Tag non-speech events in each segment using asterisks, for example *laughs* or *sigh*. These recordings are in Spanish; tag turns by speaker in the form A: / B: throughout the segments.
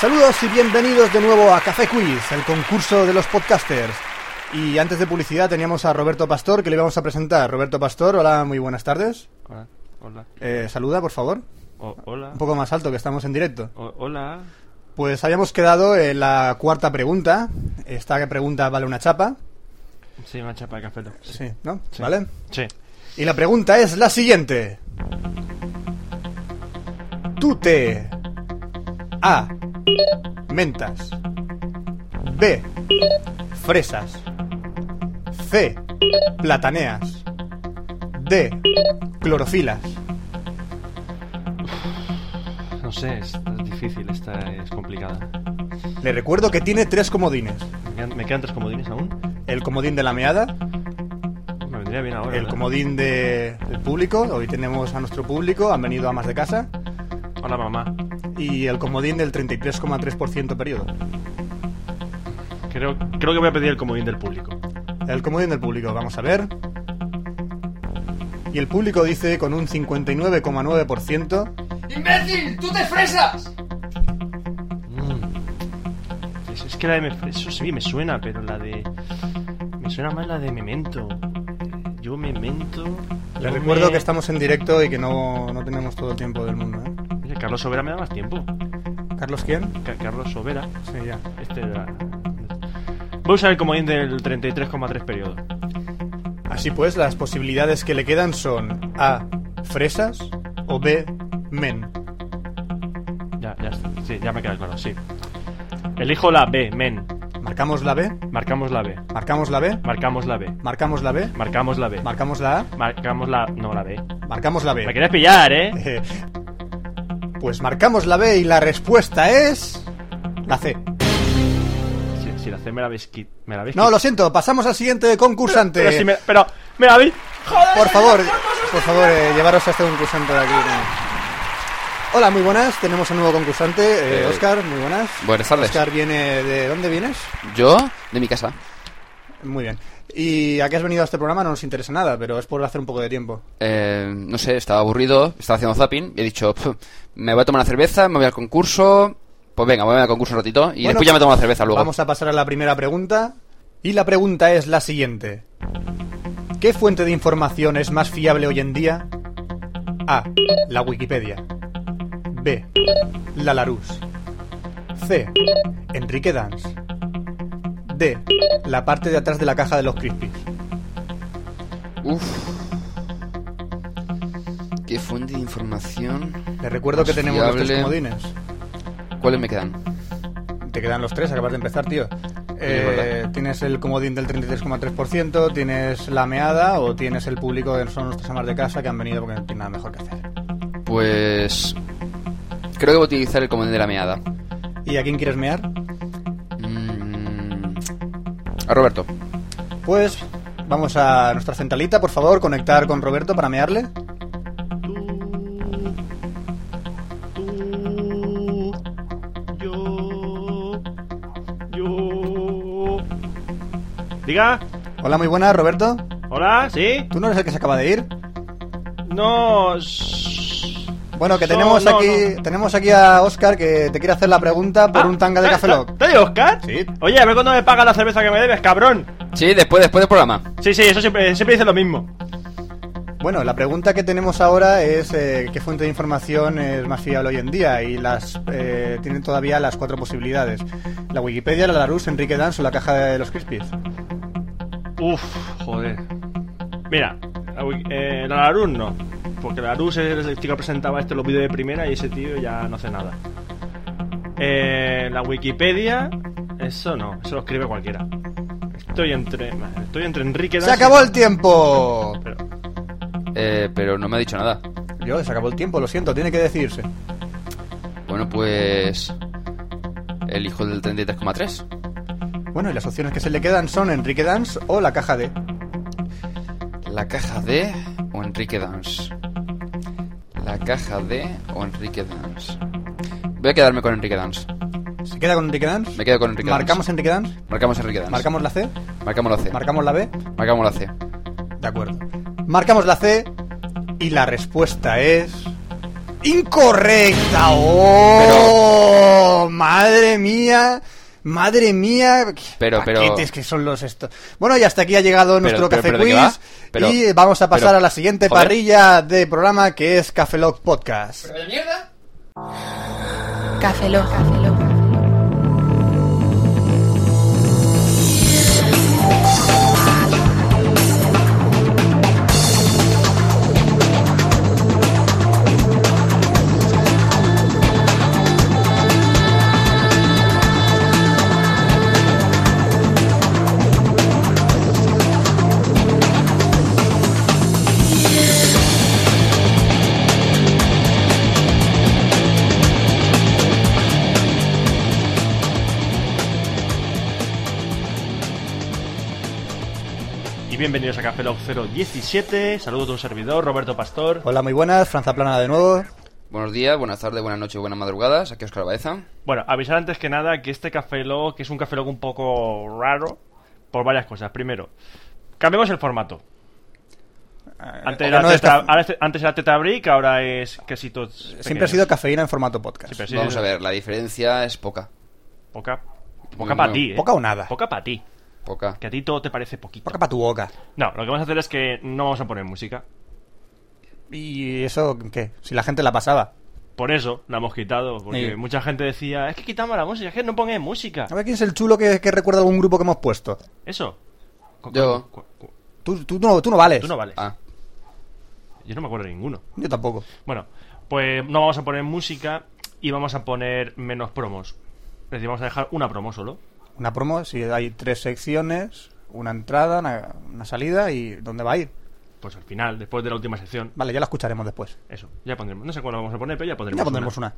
A: Saludos y bienvenidos de nuevo a Café Quiz, el concurso de los podcasters. Y antes de publicidad teníamos a Roberto Pastor, que le vamos a presentar. Roberto Pastor, hola, muy buenas tardes.
B: Hola, hola.
A: Eh, saluda, por favor.
B: O- hola.
A: Un poco más alto, que estamos en directo.
B: O- hola.
A: Pues habíamos quedado en la cuarta pregunta. Esta pregunta vale una chapa.
B: Sí, una chapa de café. ¿no? Sí.
A: Sí, ¿no?
B: Sí.
A: ¿Vale?
B: Sí.
A: Y la pregunta es la siguiente. Tute. A. Mentas. B. Fresas. C. Plataneas. D. Clorofilas.
B: No sé, es, es difícil, esta es complicada.
A: Le recuerdo que tiene tres comodines.
B: ¿Me quedan, me quedan tres comodines aún?
A: El comodín de la meada,
B: Me vendría bien ahora.
A: el
B: ¿verdad?
A: comodín de- del público, hoy tenemos a nuestro público, han venido a más de casa,
B: Hola, mamá.
A: y el comodín del 33,3% periodo.
B: Creo, creo que voy a pedir el comodín del público.
A: El comodín del público, vamos a ver. Y el público dice con un 59,9%
C: ¡Imbécil! ¡Tú te fresas!
B: Mm. Es, es que la de... Me- Eso sí, me suena, pero la de... Me suena más la de Memento. Yo Memento...
A: Les
B: yo
A: recuerdo
B: me-
A: que estamos en directo y que no, no tenemos todo el tiempo del mundo. ¿eh?
B: Mira, Carlos Sobera me da más tiempo.
A: ¿Carlos quién?
B: Ca- Carlos Sobera.
A: Sí, ya.
B: Este era... Voy a usar el comodín del 33,3 periodo.
A: Así pues, las posibilidades que le quedan son A. Fresas o B. Men.
B: Ya, ya está. Sí, ya me queda claro, sí. Elijo la B, men.
A: ¿Marcamos la B?
B: Marcamos la B.
A: ¿Marcamos la B?
B: Marcamos la B.
A: ¿Marcamos la B?
B: Marcamos la B.
A: ¿Marcamos la A?
B: Marcamos la... No, la B.
A: ¿Marcamos la
B: Me
A: B?
B: querías pillar, ¿eh?
A: Eh, *laughs* Pues marcamos la B y la respuesta es... La C.
B: Si, si la C me la habéis quitado... Me la habéis
A: No,
B: quit-
A: lo siento, pasamos al siguiente concursante.
B: Pero si me... Pero... Me la habéis...
A: Por favor, por favor, eh, llevaros a este concursante de aquí. Hola, muy buenas. Tenemos a un nuevo concursante,
D: Eh,
A: Oscar, muy buenas.
D: buenas tardes.
A: Oscar viene de... ¿Dónde vienes?
D: Yo, de mi casa.
A: Muy bien. ¿Y a qué has venido a este programa? No nos interesa nada, pero es por hacer un poco de tiempo.
D: Eh, no sé, estaba aburrido, estaba haciendo zapping y he dicho, "Pf, me voy a tomar una cerveza, me voy al concurso. Pues venga, me voy al concurso un ratito y
A: Bueno,
D: después ya me tomo la cerveza luego.
A: Vamos a pasar a la primera pregunta. Y la pregunta es la siguiente. ¿Qué fuente de información es más fiable hoy en día? A. La Wikipedia. B. La Larus. C. Enrique Dance. D. La parte de atrás de la caja de los Crispies.
D: Uf. ¿Qué fuente de información?
A: Les recuerdo que
D: Más
A: tenemos los tres
D: fiable.
A: comodines.
D: ¿Cuáles me quedan?
A: Te quedan los tres, acabas de empezar, tío.
D: es
A: Eh,
D: verdad.
A: tienes el comodín del 33,3%, tienes la meada o tienes el público que son nuestras amas de casa que han venido porque no tienen nada mejor que hacer.
D: Pues. Creo que voy a utilizar el comodín de la meada.
A: ¿Y a quién quieres mear?
D: Mm, A Roberto.
A: Pues vamos a nuestra centralita, por favor, conectar con Roberto para mearle.
B: Tú... Tú... Yo... Yo... Diga.
A: Hola, muy buenas, Roberto.
B: Hola, ¿sí?
A: ¿Tú no eres el que se acaba de ir?
B: No...
A: Bueno, que
B: So-
A: tenemos
B: no,
A: aquí
B: no.
A: tenemos aquí a Oscar que te quiere hacer la pregunta por
B: Ah,
A: un tanga de
B: ¿está-
A: Café Lock.
B: está- está ahí Oscar?
A: Sí.
B: Oye, a ver cuándo me pagas la cerveza que me debes, cabrón.
D: Sí, después, después del programa.
B: Sí, sí, eso siempre, siempre dice lo mismo.
A: Bueno, la pregunta que tenemos ahora es eh, qué fuente de información es más fiable hoy en día y las eh, tienen todavía las cuatro posibilidades. La Wikipedia, la Larus, Enrique Dans o la caja de los Crispies.
B: Uf, joder. Mira, la Wiki- eh, la Larus no. Porque la Larus es el tío que presentaba este los vídeos de primera y ese tío ya no hace nada. Eh, la Wikipedia, eso no, eso lo escribe cualquiera. Estoy entre. Estoy entre Enrique
A: ¡Se
B: Dansi-
A: acabó el tiempo!
B: Pero-
D: Eh, pero no me ha dicho nada.
A: Yo, se acabó el tiempo, lo siento, tiene que decidirse.
D: Bueno, pues. El hijo del 33,3.
A: Bueno, y las opciones que se le quedan son Enrique Dans o la caja de.
D: La caja de o Enrique Dance. La caja de o Enrique Dance. Voy a quedarme con Enrique Dance.
A: ¿Se queda con Enrique Dans?
D: Me quedo con Enrique Dance.
A: ¿Marcamos Enrique Dans?
D: Marcamos Enrique Dance.
A: ¿Marcamos la C?
D: Marcamos la C.
A: ¿Marcamos la B?
D: Marcamos la C.
A: De acuerdo. Marcamos la C y la respuesta es Incorrecta. ¡Oh! Madre mía. Madre mía. qué
D: Pero, pero-
A: paquetes que son los estos. Bueno, y hasta aquí ha llegado nuestro
D: pero,
A: Café
D: pero, ¿de qué
A: Quiz.
D: va? Pero,
A: y vamos a pasar
D: pero,
A: a la siguiente
D: joder.
A: parrilla de programa que es Café Lock Podcast.
C: ¿Pero de mierda?
E: Café Lock.
B: Y bienvenidos a Café Lock 017. Saludos de un servidor, Roberto Pastor.
A: Hola, muy buenas. Franza Plana de nuevo.
D: Buenos días, buenas tardes, buenas noches, buenas madrugadas. Aquí Oscar Baeza.
B: Bueno, avisar antes que nada que este Café Lock es un Café Lock un poco raro por varias cosas. Primero, cambiamos el formato.
A: ahora
B: Antes era,
A: Eh, no es
B: teta,
A: café-
B: ahora es- antes era Teta Brick, ahora es casi todo.
A: Siempre ha sido cafeína en formato podcast.
B: Siempre ha sido
D: Vamos a ver, la diferencia es poca.
B: Poca,
D: Muy
B: poca para
D: bueno.
B: ti, ¿eh?
A: Poca o nada.
B: Poca para ti.
D: Poca.
B: Que a ti todo te parece poquito.
A: Poca pa' tu boca.
B: No, lo que vamos a hacer es que no vamos a poner música.
A: ¿Y eso qué? Si la gente la pasaba.
B: Por eso la hemos quitado, porque
A: Sí.
B: mucha gente decía, es que quitamos la música, es que no pongáis música.
A: A ver quién es el chulo que, que recuerda algún grupo que hemos puesto.
B: Eso. Cu-
D: Yo.
B: cu- cu-
A: Tú, tú no, tú no vales.
B: Tú no vales.
D: Ah,
B: Yo no me acuerdo de ninguno.
A: Yo tampoco.
B: Bueno, pues no vamos a poner música y vamos a poner menos promos. Es decir, vamos a dejar una promo solo.
A: Una promo, si hay tres secciones, una entrada, una, una salida y dónde va a ir.
B: Pues al final, después de la última sección.
A: Vale, ya la escucharemos después.
B: Eso, ya pondremos. No sé cuándo vamos a poner, pero ya pondremos,
A: Ya pondremos una.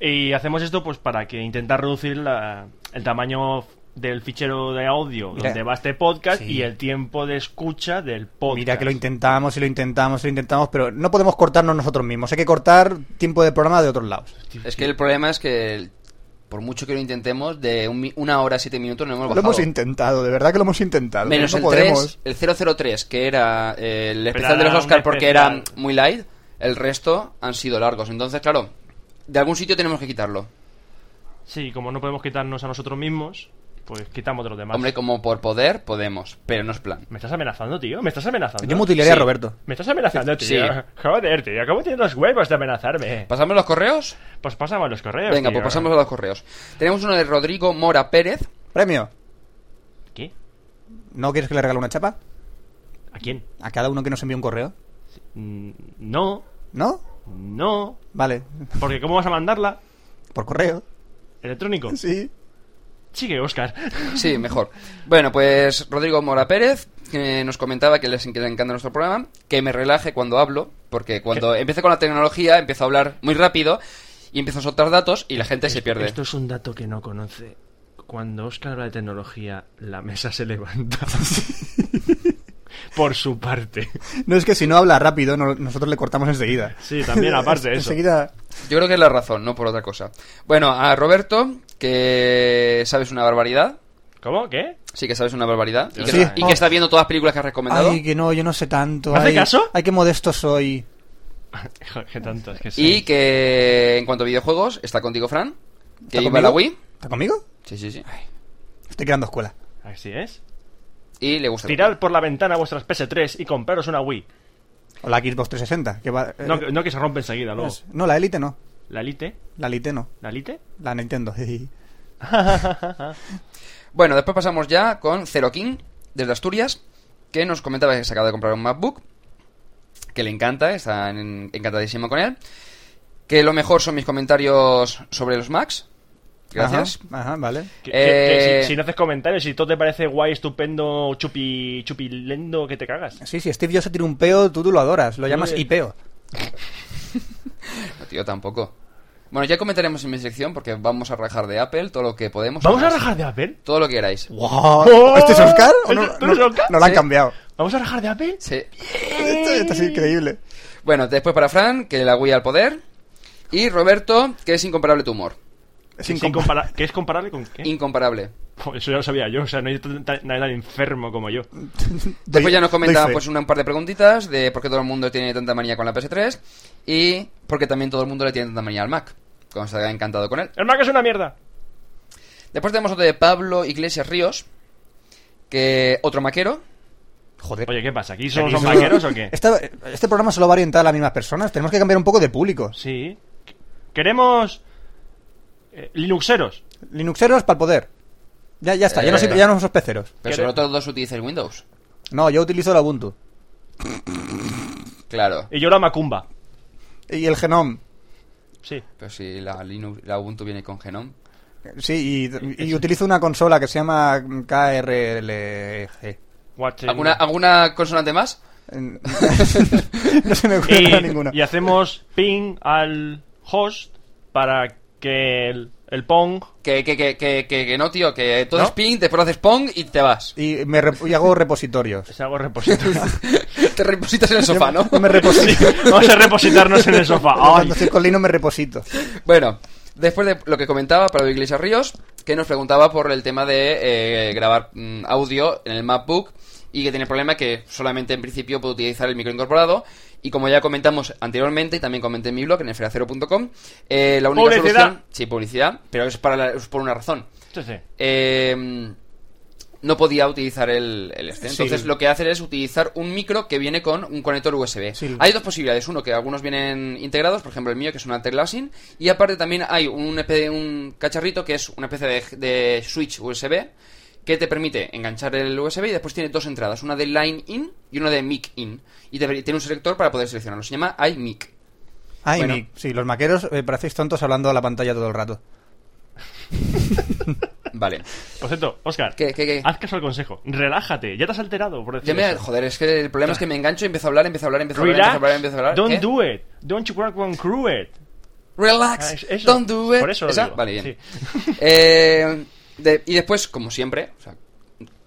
A: Sí.
B: Y hacemos esto pues para que intentar reducir la- el tamaño del fichero de audio
A: Mira.
B: donde va este podcast
A: Sí.
B: y el tiempo de escucha del podcast.
A: Mira que lo intentamos y lo intentamos y lo intentamos, pero no podemos cortarnos nosotros mismos. Hay que cortar tiempo de programa de otros lados.
D: es que el problema es que el- por mucho que lo intentemos, de un mi- una hora siete minutos no hemos
A: Lo
D: bajado.
A: hemos intentado, de verdad que lo hemos intentado.
D: Menos
A: no
D: el
A: podemos.
D: 3, el 003, que era eh, el
B: era
D: especial de los
B: un
D: Oscar porque era
B: especial.
D: muy light, el resto han sido largos. Entonces, claro, de algún sitio tenemos que quitarlo.
B: Sí, como no podemos quitarnos a nosotros mismos, pues quitamos de los demás.
D: Hombre, como por poder, podemos, pero no es plan.
B: Me estás amenazando, tío. Me estás amenazando.
A: Yo mutilaría a
D: Sí.
A: Roberto.
B: Me estás amenazando, tío.
D: Sí.
B: Joder, tío. ¿Cómo tienes los huevos de amenazarme?
D: ¿Pasamos los correos?
B: Pues pasamos los correos.
D: Venga,
B: tío.
D: pues pasamos a los correos. Tenemos uno de Rodrigo Mora Pérez. *clears throat*
A: Premio.
B: ¿Qué?
A: ¿No quieres que le regale una chapa?
B: ¿A quién?
A: ¿A cada uno que nos envíe un correo?
B: Mm, No,
A: ¿No?
B: no.
A: Vale.
B: Porque ¿cómo vas a mandarla?
A: Por correo. *laughs*
B: ¿Electrónico?
A: Sí.
B: Sigue, Oscar.
D: Sí, mejor. Bueno, pues Rodrigo Mora Pérez que nos comentaba que les que le encanta nuestro programa, que me relaje cuando hablo, porque cuando empiezo con la tecnología empiezo a hablar muy rápido y empiezo a soltar datos y la gente se pierde.
B: Esto es un dato que no conoce. Cuando Oscar habla de tecnología, la mesa
A: *laughs*
B: se levanta. Por su parte.
A: No es que si no habla rápido, no- nosotros le cortamos enseguida.
B: Sí,
A: *laughs*
B: también, aparte de eso.
A: Enseguida.
D: Yo creo que es la razón, no por otra cosa. Bueno, a Roberto, que sabes una barbaridad.
B: ¿Cómo? ¿Qué? *laughs*
D: Sí que sabes una barbaridad. Y que,
A: Sí.
D: y que está viendo todas las películas que has recomendado.
A: Ay, que no, yo no sé tanto.
B: ¿Me hace
A: ay,
B: caso?
A: Ay, qué modesto soy.
B: Joder, Qué tanto, es que sí.
D: Y que en cuanto a videojuegos, está contigo Fran, que
A: ¿Está
D: iba a la
A: conmigo?
D: Wii.
A: ¿Está conmigo?
D: Sí, sí, sí.
A: Estoy creando escuela.
B: Así es.
D: Y le gusta.
B: Tirad por la ventana vuestras PS3 y compraros una Wii.
A: O la Xbox 360. Que va, eh,
B: No, que- no que se rompe enseguida, luego.
A: es- no, la Elite no.
B: ¿La Lite?
A: La Elite no.
B: ¿La Lite?
A: La Nintendo. *laughs* jeje.
D: Bueno, después pasamos ya con Zero King, desde Asturias, que nos comentaba que se acaba de comprar un MacBook, que le encanta, está en- encantadísimo con él. Que lo mejor son mis comentarios sobre los Macs. Gracias.
A: Ajá, ajá, vale.
B: Que- que-
D: Eh,
B: que si, si no haces comentarios, si todo te parece guay, estupendo, chupi, chupilendo, que te cagas.
A: Sí, sí, Steve Jobs se tira un peo, tú, tú lo adoras. Lo llamas
B: Muy bien.
A: Ipeo.
D: No, tío, tampoco. Bueno, ya comentaremos en mi sección porque vamos a rajar de Apple todo lo que podemos.
B: ¿Vamos a rajar de Apple?
D: Todo lo que queráis.
A: ¡Wow!
B: ¡Oh!
A: ¿Este es Oscar? ¿O
B: ¿Este-
A: no,
B: tú eres
A: no-
B: Oscar?
A: no lo han
D: Sí.
A: cambiado.
B: ¿Vamos a rajar de Apple?
D: Sí.
A: Esto, esto es increíble.
D: Bueno, después para Fran, que la guía al poder. Y Roberto, que es incomparable tu humor.
A: Es
B: Que es
A: incompa-
B: incompara- que es comparable con *laughs* qué?
D: Incomparable.
B: Jo, Eso ya lo sabía yo, o sea, no hay tan- tan- nadie tan enfermo como yo.
A: Doy-
D: Después ya nos
A: doy
D: comenta
A: fe.
D: pues, un par de preguntitas de por qué todo el mundo tiene tanta manía con la PS3. Y porque también todo el mundo le tiene tanta manía al Mac. Como se ha encantado con él.
B: El Mac es una mierda.
D: Después tenemos otro de Pablo Iglesias Ríos. Que otro maquero.
A: Joder.
B: Oye, ¿qué pasa? ¿Aquí solo
A: Aquí
B: son
A: solo-
B: vaqueros o qué?
A: Esta- este programa solo va a orientar a las mismas personas. Tenemos que cambiar un poco de públicos.
B: Sí. Queremos. eh, Linuxeros.
A: Linuxeros para el poder. Ya, ya está, ya, no
D: Eh.
A: soy- ya no somos peceros.
D: Pero
B: ¿Qué
D: sobre
B: le-
D: todo todos utilizan Windows.
A: No, yo utilizo la Ubuntu.
D: Claro.
B: Y yo la Macumba.
A: Y el Genome.
B: Sí.
D: Pero si la Linux, la Ubuntu viene con Genome.
A: Sí, y, y utilizo una consola que se llama KRLG.
B: Watch it.
D: ¿Alguna, ¿Alguna consonante más?
A: *laughs* *laughs* no se me ocurre ninguna.
B: y, y hacemos ping al host para que el, el Pong.
D: Que, que, que, que, que, que no, tío. Que todo
B: ¿No?
D: es ping, después haces pong y te
B: *laughs*
D: vas.
A: Y, me rep- y hago repositorios.
B: Se
A: *laughs*
B: hago repositorio.
D: te repositas en el sofá,
B: *laughs*
D: ¿no?
A: Yo me reposito.
B: Vamos a repositarnos en el sofá. Ay.
A: Cuando estoy con Linux me reposito.
D: Bueno, después de lo que comentaba Pablo Iglesias Ríos, que nos preguntaba por el tema de eh, grabar mm, audio en el MacBook y que tiene el problema que solamente en principio puede utilizar el micro incorporado. Y como ya comentamos anteriormente, y también comenté en mi blog, en E esferacero.com, eh, la única
B: Publicidad.
D: solución. Sí, publicidad, pero es, para la- es por una razón.
B: Sí, sí.
D: Eh, no podía utilizar el, el este.
A: Sí.
D: Entonces lo que hacen es utilizar un micro que viene con un conector USB.
A: Sí.
D: Hay dos posibilidades. Uno, que algunos vienen integrados, por ejemplo el mío, que es una tecla SIN. Y aparte también hay un, espe- un cacharrito que es una especie de, de switch USB que te permite enganchar el USB y después tiene dos entradas, una de line in y una de mic in. Y te- tiene un selector para poder seleccionarlo. Se llama iMic.
A: Ay,
D: Bueno.
A: mi- sí, los maqueros eh, parecéis tontos hablando a la pantalla todo el rato.
D: Vale.
B: Por cierto, Oscar,
D: ¿Qué, qué, qué?
B: haz caso al consejo. Relájate, ya te has alterado por decir
D: Ya me-
B: eso.
D: joder, es que el problema es que me engancho y empiezo a hablar, empiezo a hablar, empiezo a hablar, empiezo a
B: Relax,
D: hablar, empiezo a hablar. ¿Eh?
B: don't
D: ¿Qué?
B: do it, don't you work on crew it. Ah,
D: Relax,
B: es- eso.
D: don't do it.
B: Por eso lo
D: ¿Esa?
B: digo,
D: Vale, bien.
B: sí.
D: *laughs* Eh, de- y después, como siempre, o sea,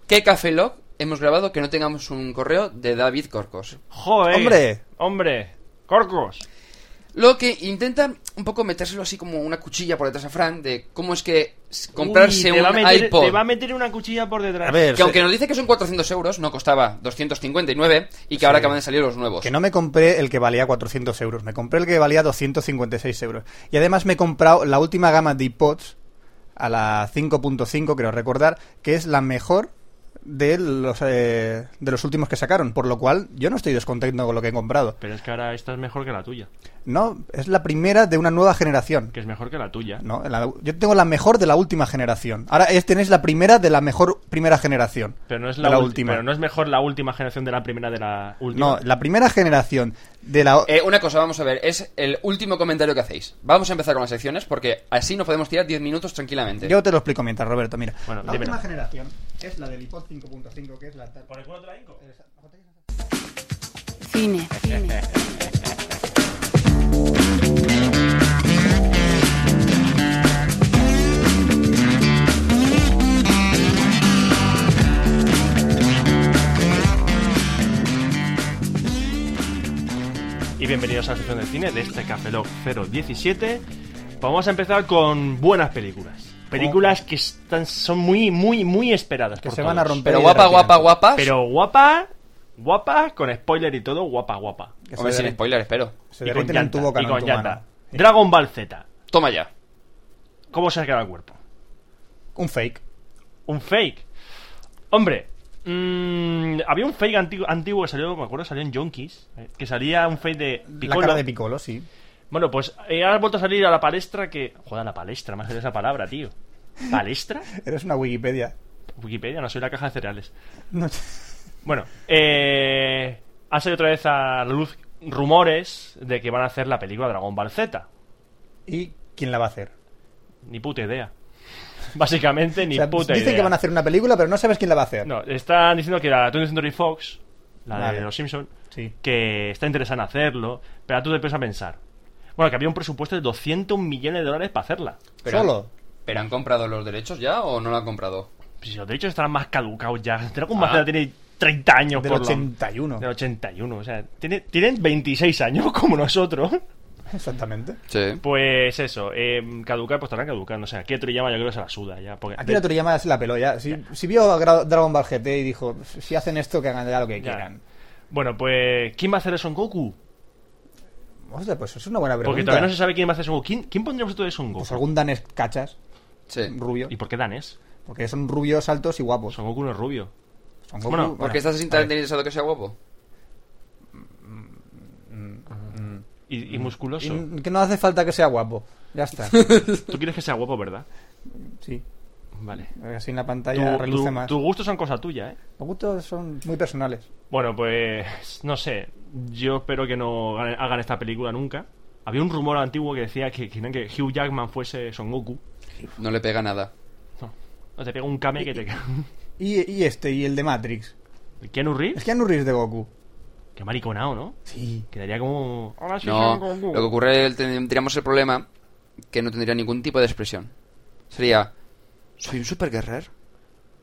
D: ¿qué Café Lock hemos grabado que no tengamos un correo de David Corcos?
B: Joder.
A: Hombre.
B: Hombre. Corcos.
D: Lo que intenta un poco metérselo así como una cuchilla por detrás a Frank de cómo es que s- comprarse
B: Uy, te
D: un
B: va a meter,
D: iPod.
B: Te va a meter una cuchilla por detrás.
A: A ver,
D: Que aunque
A: se-
D: nos dice que son 400 euros, no costaba 259 y que ahora acaban de salir los nuevos.
A: que no me compré el que valía 400 euros, me compré el que valía 256 euros. Y además me he comprado la última gama de iPods a la 5.5, creo recordar, que es la mejor de los, eh, de los últimos que sacaron, por lo cual yo no estoy descontento con lo que he comprado.
B: Pero es que ahora esta es mejor que la tuya.
A: No, es la primera de una nueva generación.
B: Que es mejor que la tuya.
A: No, la- yo tengo la mejor de la última generación. Ahora es, tenéis la primera de la mejor primera generación.
B: Pero no es
A: De
B: la,
A: la
B: ulti-
A: última.
B: Pero no es mejor la última generación de la primera de la última.
A: No, la primera generación de la...
D: Eh, una cosa, vamos a ver, es el último comentario que hacéis. Vamos a empezar con las secciones porque así nos podemos tirar 10 minutos tranquilamente.
A: Yo te lo explico mientras, Roberto, mira.
B: Bueno, La dímelo. última
A: generación es la del iPod 5.5, que es la...
B: el culo te la hinco?
E: Cine.
B: Y bienvenidos a la sección de cine de este Café Lock 017. Vamos a empezar con buenas películas. Películas que están, son muy, muy, muy esperadas.
A: Oh. Que
B: por
A: se van a
B: todos.
A: romper.
D: Pero
A: y
D: guapa,
A: derretirán.
D: guapa, guapa.
B: Pero guapa, guapa, con spoiler y todo, guapa, guapa.
A: Que se
D: Hombre, sin
A: derre-
D: spoiler, espero.
A: Se
B: y con
A: derriten en tu
B: llanta,
A: boca,
B: y
A: no
B: con
A: en tu
B: llanta.
A: mano.
B: Dragon Ball Z.
D: Toma ya.
B: ¿Cómo se ha quedado el cuerpo?
A: Un fake.
B: Un fake. Hombre, mm, había un fake antiguo, antiguo que salió, me acuerdo, salió en Junkies. eh, que salía un fake de
A: La
B: Piccolo.
A: cara de Piccolo, sí.
B: Bueno, pues eh, ahora has vuelto a salir a la palestra que. Joder, a la palestra, más de esa palabra, tío. ¿Palestra?
A: Eres una Wikipedia.
B: Wikipedia, no soy la caja de cereales.
A: No-
B: Bueno, eh, ha salido otra vez a la luz rumores de que van a hacer la película Dragon Ball Z.
A: ¿Y quién la va a hacer?
B: Ni puta idea. *laughs* Básicamente, ni
A: O sea,
B: puta
A: dicen
B: idea.
A: que van a hacer una película, pero no sabes quién la va a hacer.
B: No, están diciendo que la 20th Century Fox, la
A: Vale.
B: de los Simpsons,
A: Sí.
B: que está interesada en hacerlo, pero tú te empiezas a pensar. Bueno, que había un presupuesto de 200 millones de dólares para hacerla.
D: Pero-
A: Solo.
D: ¿Pero han comprado los derechos ya o no lo han comprado?
B: Si los derechos estarán más caducados ya. Dragon Ball
D: Ah.
B: Z tiene 30 años
A: Del
B: por lo-
A: 81.
B: Del 81, o sea, tiene, tienen 26 años como nosotros.
A: *laughs* Exactamente.
D: Sí.
B: Pues eso, eh, caducar, pues estarán caducando. O sea, aquí a Toriyama yo creo que se la suda ya. Porque
A: Aquí la Toriyama se la peló ya. Si, si vio a Gra- Dragon Ball GT y dijo, si hacen esto, que hagan ya lo que
B: Ya.
A: quieran.
B: Bueno, pues, ¿quién va a hacer eso en Goku?
A: Hostia, pues es una buena pregunta.
B: Porque todavía no se sabe quién va a hacer Son ¿Quién, quién pondría vosotros de Son Goku?
A: Pues algún danés cachas,
D: Sí.
A: rubio.
B: ¿Y por qué danés?
A: Porque son rubios, altos y guapos.
B: Son Goku no es rubio.
A: Son Goku-
B: Bueno,
D: Porque estás
A: a ver.
D: tan interesado que sea guapo.
B: Y, y musculoso.
A: Mm. Y Que no hace falta que sea guapo. Ya está.
B: Tú quieres que sea guapo, ¿verdad?
A: Sí.
B: Vale.
A: Así en la pantalla
B: Tus
A: reluce más.
B: gustos son cosa tuya, ¿eh?
A: Los gustos son muy personales.
B: Bueno, pues no sé. Yo espero que no gane- hagan esta película nunca. Había un rumor antiguo que decía que querían que Hugh Jackman fuese Son Goku.
D: No le pega nada.
B: No, no te pega un kame que te cae. *laughs*
A: Y, y este, y el de Matrix.
B: Keanu
A: Es
B: Reeves.
A: que Anurris de Goku.
B: Qué mariconao, ¿no?
A: Sí.
B: Quedaría como. Hola, soy
D: No,
B: Son
D: lo
B: Goku.
D: que ocurre, el- tendríamos el problema que no tendría ningún tipo de expresión. Sería, soy un superguerrer.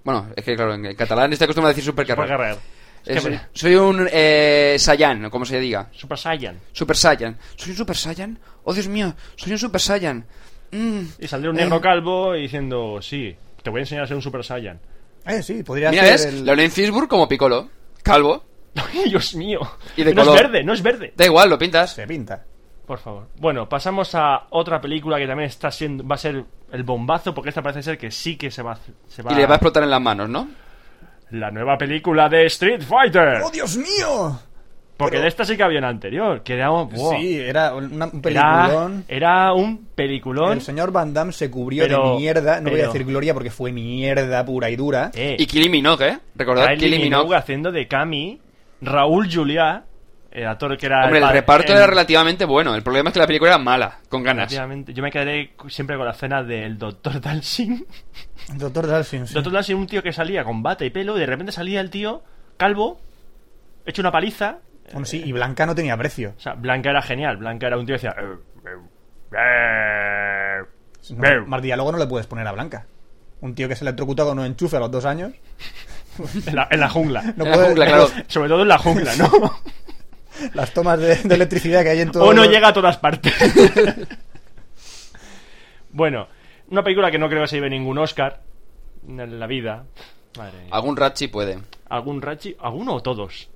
D: Bueno, es que claro, en en catalán está acostumbrado a decir
B: Super
D: superguerrer.
B: Guerrero.
D: Eh,
B: Es que
D: soy-
B: me-
D: soy un eh, Saiyan, o como se diga.
B: Super Saiyan.
D: Super Saiyan. ¿Soy un Super Saiyan? Oh, Dios mío, soy un Super Saiyan. Mm,
B: Y saldría un
D: eh,
B: negro calvo y diciendo: Sí, te voy a enseñar a ser un Super Saiyan. *laughs*
A: Eh, sí, podría
D: Mira,
A: ser
D: ves,
A: el-
D: Leonin Fishburne como Piccolo, calvo.
B: Ay, Dios mío.
D: Y de
B: no
D: color.
B: es verde, no es verde.
D: Da igual, lo pintas.
A: Se pinta.
B: Por favor. Bueno, pasamos a otra película que también está siendo, va a ser el bombazo, porque esta parece ser que sí que se va, a hacer- se va
D: Y le va a explotar en las manos, ¿no?
B: La nueva película de Street Fighter.
A: ¡Oh, Dios mío!
B: porque
A: pero-
B: de esta sí que había una anterior, que era, wow,
A: Sí, era una- un
B: era,
A: peliculón.
B: era un peliculón.
A: El señor Van Damme se cubrió
B: Pero-
A: de mierda. No voy a
B: pero-
A: decir gloria porque fue mierda pura y dura.
B: Eh,
D: Y Kylie Minogue, ¿eh? Recordad,
B: Kylie
D: Kylie
B: Minogue
D: Minogue.
B: haciendo de Cami, Raúl Juliá, el actor que era...
D: Hombre, el
B: padre-
D: reparto
B: el-
D: era relativamente bueno. El problema es que la película era mala, con ganas.
B: Efectivamente, Yo me quedaré siempre con la escena del Doctor Dalsing.
A: Doctor Dalsin. sí.
B: Doctor Dalsing, un tío que salía con bata y pelo, y de repente salía el tío calvo, hecho una paliza.
A: Bueno, sí, y Blanca no tenía precio.
B: O sea, Blanca era genial. Blanca era un tío que decía. "Eh, eh, eh,
A: No,
B: eh".
A: más diálogo no le puedes poner a Blanca. Un tío que se electrocuta con un enchufe a los dos años.
B: En la, en la jungla.
A: No
D: En la
A: puede-
D: jungla, claro.
B: Sobre todo en la jungla, ¿no? *laughs*
A: Las tomas de, de electricidad que hay en todo.
B: o no llega a todas partes. *laughs* bueno, una película que no creo que se lleve ningún Oscar en la vida. Madre mía.
D: Algún Ratchi puede.
B: ¿Algún Rachi? ¿Alguno o todos?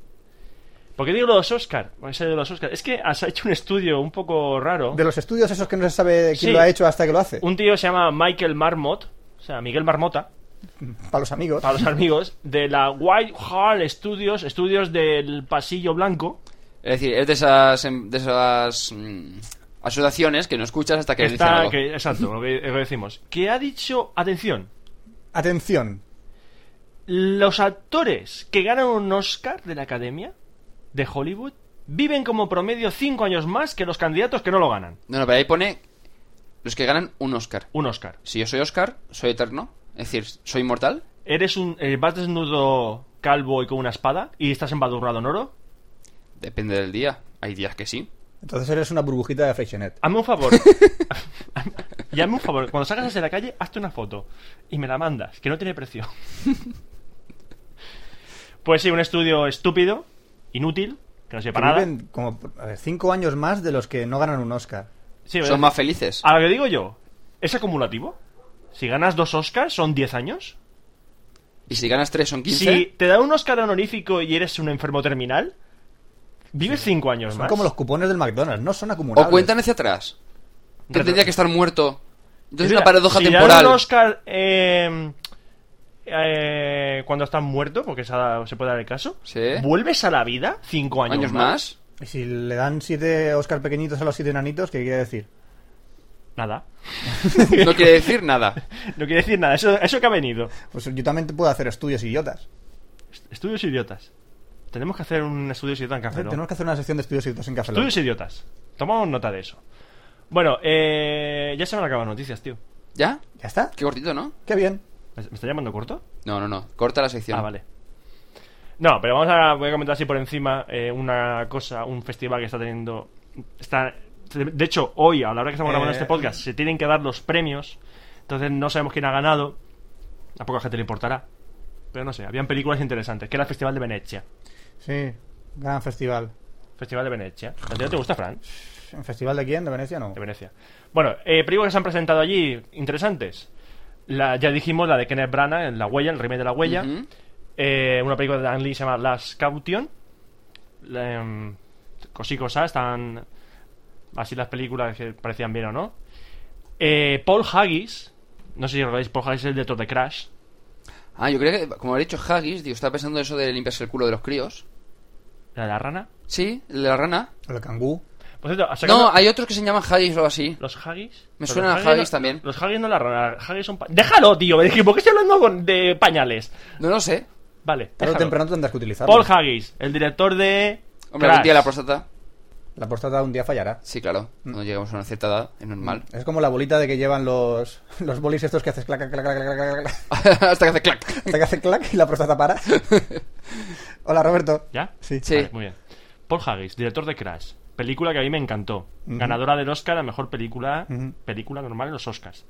B: ¿Por qué digo los Oscar? ¿Por qué se dice los Oscar? Es que has hecho un estudio un poco raro.
A: De los estudios esos que no se sabe quién
B: Sí.
A: lo ha hecho hasta que lo hace.
B: Un tío que se llama Michael Marmot, o sea, Miguel Marmota,
A: Para los amigos.
B: para los *laughs* amigos, de la Whitehall Studios, estudios del Pasillo Blanco,
D: Es decir, es de esas, em- de esas mm, asociaciones que no escuchas hasta que,
B: que
D: dicen
B: está,
D: algo.
B: que, exacto, lo que, lo que decimos, que ha dicho, atención,
A: Atención.
B: los actores que ganan un Oscar de la Academia de Hollywood viven como promedio 5 años más que los candidatos que no lo ganan.
D: No, no, pero ahí pone los que ganan un Oscar.
B: Un Oscar.
D: Si yo soy Oscar, soy eterno. Es decir, soy inmortal.
B: Eres un... eh, vas desnudo calvo y con una espada y estás embadurnado en oro.
D: Depende del día. Hay días que sí.
A: Entonces eres una burbujita de Affectionate.
B: Hazme
A: *laughs*
B: un favor. y hazme un favor. Cuando salgas hacia la calle, hazte una foto. Y me la mandas, que no
A: *laughs*
B: tiene precio. pues sí, un estudio estúpido, inútil, que no sirve
A: Que
B: para nada.
A: viven como a ver, cinco años más de los que no ganan un Oscar.
B: Sí, ¿verdad? Ah.
D: Son más felices.
B: A lo que digo yo, ¿es acumulativo? Si ganas dos Oscars, son 10 años.
D: Y si ganas tres son 15.
B: Si te da un Oscar honorífico y eres un enfermo terminal, vives 5 años
A: Son
B: más.
A: como los cupones del McDonald's, no son acumulables.
D: O cuentan hacia atrás. Que
B: Retro-
D: tendría que estar muerto. Entonces es una
B: Mira,
D: paradoja
B: si
D: temporal.
B: dan un Oscar eh, eh, cuando estás muerto, porque se, ha dado- se puede dar el caso,
D: Sí.
B: vuelves a la vida cinco años,
D: ¿Años más?
A: Y si le dan siete Oscar pequeñitos a los siete enanitos, ¿qué quiere decir?
B: Nada.
D: No quiere decir nada. *laughs*
B: No quiere decir nada. Eso, eso que ha venido.
A: Pues yo también te puedo hacer estudios idiotas.
B: Est- Estudios idiotas. Tenemos que hacer un estudio idiota en Café Lock.
A: Tenemos que hacer una sección de estudios idiotas en Café Lock.
B: Estudios idiotas. Tomamos nota de eso. Bueno, eh, ya se me han acabado las noticias, tío.
D: ¿Ya?
A: ¿Ya está?
D: Qué cortito, ¿no?
A: Qué bien.
B: ¿Me me está llamando corto?
D: No, no, no. Corta la sección.
B: Ah, vale. No, pero vamos a voy a comentar así por encima eh, una cosa, un festival que está teniendo. Está, de hecho, hoy, a la hora que estamos grabando
A: Eh,
B: este podcast, se tienen que dar los premios. Entonces no sabemos quién ha ganado. A poca gente le importará. Pero no sé, habían películas interesantes. Que era el Festival de Venecia.
A: Sí, gran festival.
B: Festival de Venecia. ¿A ti no te gusta, Fran?
A: ¿En festival de quién? ¿De Venecia no?
B: De Venecia. Bueno, eh, películas que se han presentado allí interesantes. La, ya dijimos la de Kenneth Branagh, La Huella, El Remake de la Huella.
D: Ujú.
B: Eh, una película de Dan Lee que se llama Last Caution. La, em, Cosí cosa, están así las películas que parecían bien o no. Eh, Paul Haggis, no sé si recordáis, Paul Haggis es el director de Crash.
D: Ah, yo creo que, como ha dicho Haggis, digo, estaba pensando eso de limpiarse el culo de los críos.
B: ¿La de la rana?
D: Sí, el de la rana.
A: El cangú.
B: Por cierto, ha sacado-
D: No, hay otros que se llaman Haggis o algo así.
B: ¿Los Haggis?
D: Me
B: Pero
D: suena
B: los
D: a
B: no-
D: Haggis también.
B: Los Haggis no la rana, los Haggis son... pa- ¡Déjalo, tío! Me dije, ¿por qué estoy hablando con- de pañales?
D: No lo sé.
B: Vale,
A: Tarde o
B: déjalo.
A: temprano tendrás que utilizarlo.
B: Paul Haggis, el director de...
D: Hombre,
B: Crash.
D: algún día la próstata.
A: La próstata un día fallará.
D: Sí, claro.
B: Mm.
D: Cuando llegamos a una cierta edad, es normal.
A: Es como la bolita de que llevan los, los bolis estos que haces clac, clac, clac, clac, clac, clac, clac,
D: *laughs* Hasta que hace clac.
A: hasta que hace clac y la próstata
D: *laughs*
A: para. Hola, Roberto.
B: ¿Ya?
A: Sí.
D: Sí.
B: Vale, muy bien. Paul Haggis, director de Crash. Película que a mí me encantó.
A: Ujú.
B: Ganadora del Oscar a mejor película,
A: Ujú.
B: película normal en los Oscars.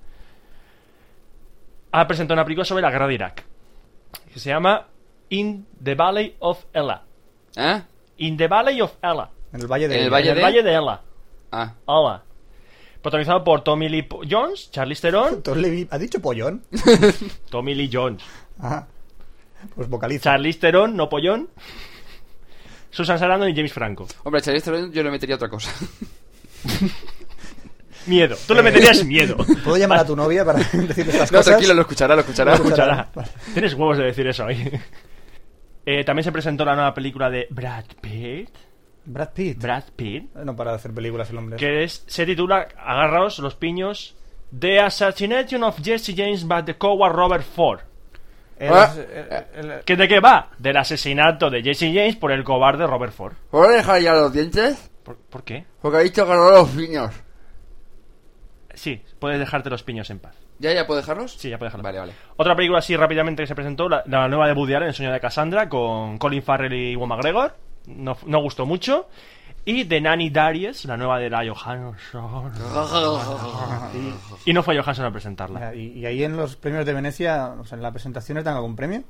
B: Ha presentado una película sobre la guerra de Irak. Que se llama In the Valley of Ella.
D: ¿Eh?
B: In the Valley of Ella.
A: En el Valle de...
D: En el Valle
B: en el
D: de-
B: Valle de Ella.
D: Ah.
B: Ella. Protagonizado por Tommy Lee Po- Jones, Charlize
A: *laughs*
B: Theron.
A: Entonces le- ¿Has dicho pollón?
B: Tommy Lee Jones.
A: Ajá. Pues vocaliza.
B: Charlize Theron, no pollón. Susan Sarandon y James Franco.
D: Hombre, Charlize Theron yo le metería otra cosa.
B: Miedo. Tú le meterías miedo.
A: Eh. *laughs* ¿Puedo
B: *laughs*
A: llamar a tu novia para *laughs* decirte estas
D: *laughs* No,
A: cosas?
D: tranquilo, lo escuchará, lo escuchará.
A: Lo
B: escuchará.
A: Vale.
B: Tienes huevos de decir eso ahí. *laughs* Eh, también se presentó la nueva película de Brad Pitt.
A: Brad Pitt.
B: Brad Pitt.
A: No para de hacer películas el hombre.
B: Que es, se titula Agarraos los piños. The Assassination of Jesse James by the Coward Robert Ford.
A: Él
D: Ah.
A: es- él- él- él-
B: ¿Que ¿De qué va? Del asesinato de Jesse James por el cobarde Robert Ford.
D: ¿Puedo dejar ya los dientes?
B: ¿Por, por qué?
D: Porque ha dicho agarrar los niños.
B: Sí, puedes dejarte los piños en paz.
D: ¿Ya, ya puedo dejarlos?
B: Sí, ya puedes dejarlo.
D: Vale, vale.
B: Otra película así rápidamente que se presentó, la, la nueva de Woody Allen, El sueño de Cassandra, con Colin Farrell y Ewan McGregor. No, no gustó mucho. Y The Nanny Darius, la nueva de la
D: *laughs*
B: Johansson. Y no fue Johansson a presentarla.
A: Mira, Y, y ahí en los premios de Venecia, o sea, en las presentaciones dan algún premio.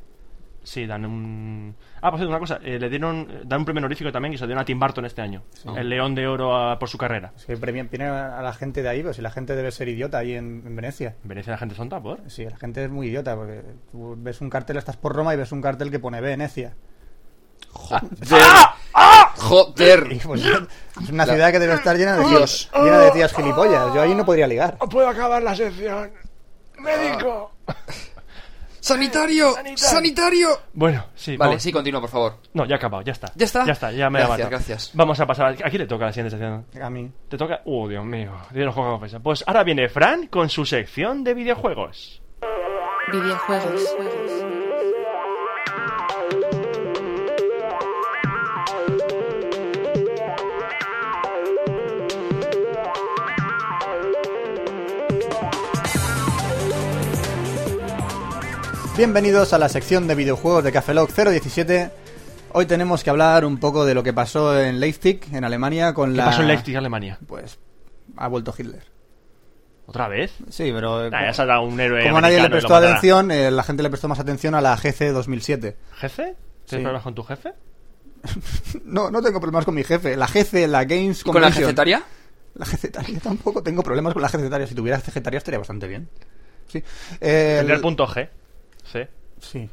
B: Sí, dan un... Ah, por cierto, una cosa. eh, le dieron dan un premio honorífico también que se lo dieron a Tim Burton este año. El León de Oro a- por su carrera.
A: Es que premian, vienen a la gente de ahí, pues si la gente debe ser idiota ahí en, en Venecia.
B: En Venecia la gente sonta, ¿por?
A: Sí, la gente es muy idiota, porque tú ves un cartel, estás por Roma y ves un cartel que pone Venecia.
D: Joder.
A: Y ah.
D: Joder.
A: pues, es una ciudad que debe estar llena de tíos, llena de tías gilipollas. Yo ahí no podría ligar.
B: Puedo acabar la sección. ¡Médico!
D: Sanitario. Sanitario.
B: Bueno, sí.
D: Vale,
B: vamos.
D: sí, continúa, por favor.
B: No, ya he acabado, ya está.
D: ¿Ya está?
B: Ya está, ya me he
D: Gracias,
B: levantado.
D: gracias.
B: Vamos a pasar. Aquí le toca la siguiente sección.
A: A mí.
B: Te toca. Uh, Dios mío. Dios nos coja confesa. Pues ahora viene Fran con su sección de videojuegos.
E: Videojuegos.
A: Bienvenidos a la sección de videojuegos de Cafelog 017. Hoy tenemos que hablar un poco de lo que pasó en Leipzig, en Alemania, con
B: ¿Qué
A: la...
B: pasó en Leipzig, Alemania?
A: Pues ha vuelto Hitler.
B: ¿Otra vez?
A: Sí, pero... eh,
B: Nah,
A: como-
B: Ah, ya saldrá un héroe.
A: Como nadie le
B: americano y lo
A: prestó
B: matará.
A: atención, eh, la gente le prestó más atención a la GC 2007.
B: ¿Jefe? ¿Tienes
A: Sí.
B: problemas con tu jefe?
A: *laughs* No, no tengo problemas con mi jefe. La GC, la Games
D: ¿Con la
A: Convention.
D: jefetaria?
A: La GC tampoco tengo problemas con la GC. Si tuviera GC estaría bastante bien. Sí. Eh,
B: Tendría el punto G. Sí.
A: Sí.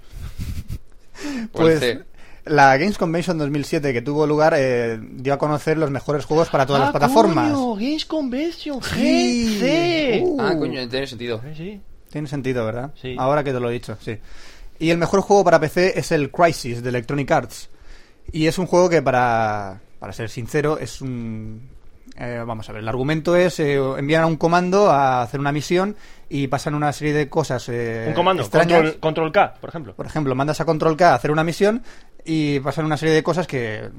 D: Por el
A: Pues
D: C.
A: la Games Convention 2007 que tuvo lugar eh, dio a conocer los mejores juegos para todas las
B: Ah,
A: plataformas.
B: coño, Games Convention. GC.
A: Sí. Uh.
D: Ah, coño, tiene sentido.
B: Sí, sí.
A: Tiene sentido, ¿verdad?
B: Sí.
A: Ahora que te lo he dicho, sí. Y el mejor juego para PC es el Crisis de Electronic Arts. Y es un juego que, para, para ser sincero, es un... eh, vamos a ver, el argumento es eh, enviar a un comando a hacer una misión y pasan una serie de cosas eh,
B: Un comando.
A: extrañas.
B: Control, control K, por ejemplo.
A: Por ejemplo, mandas a Control K a hacer una misión y pasan una serie de cosas que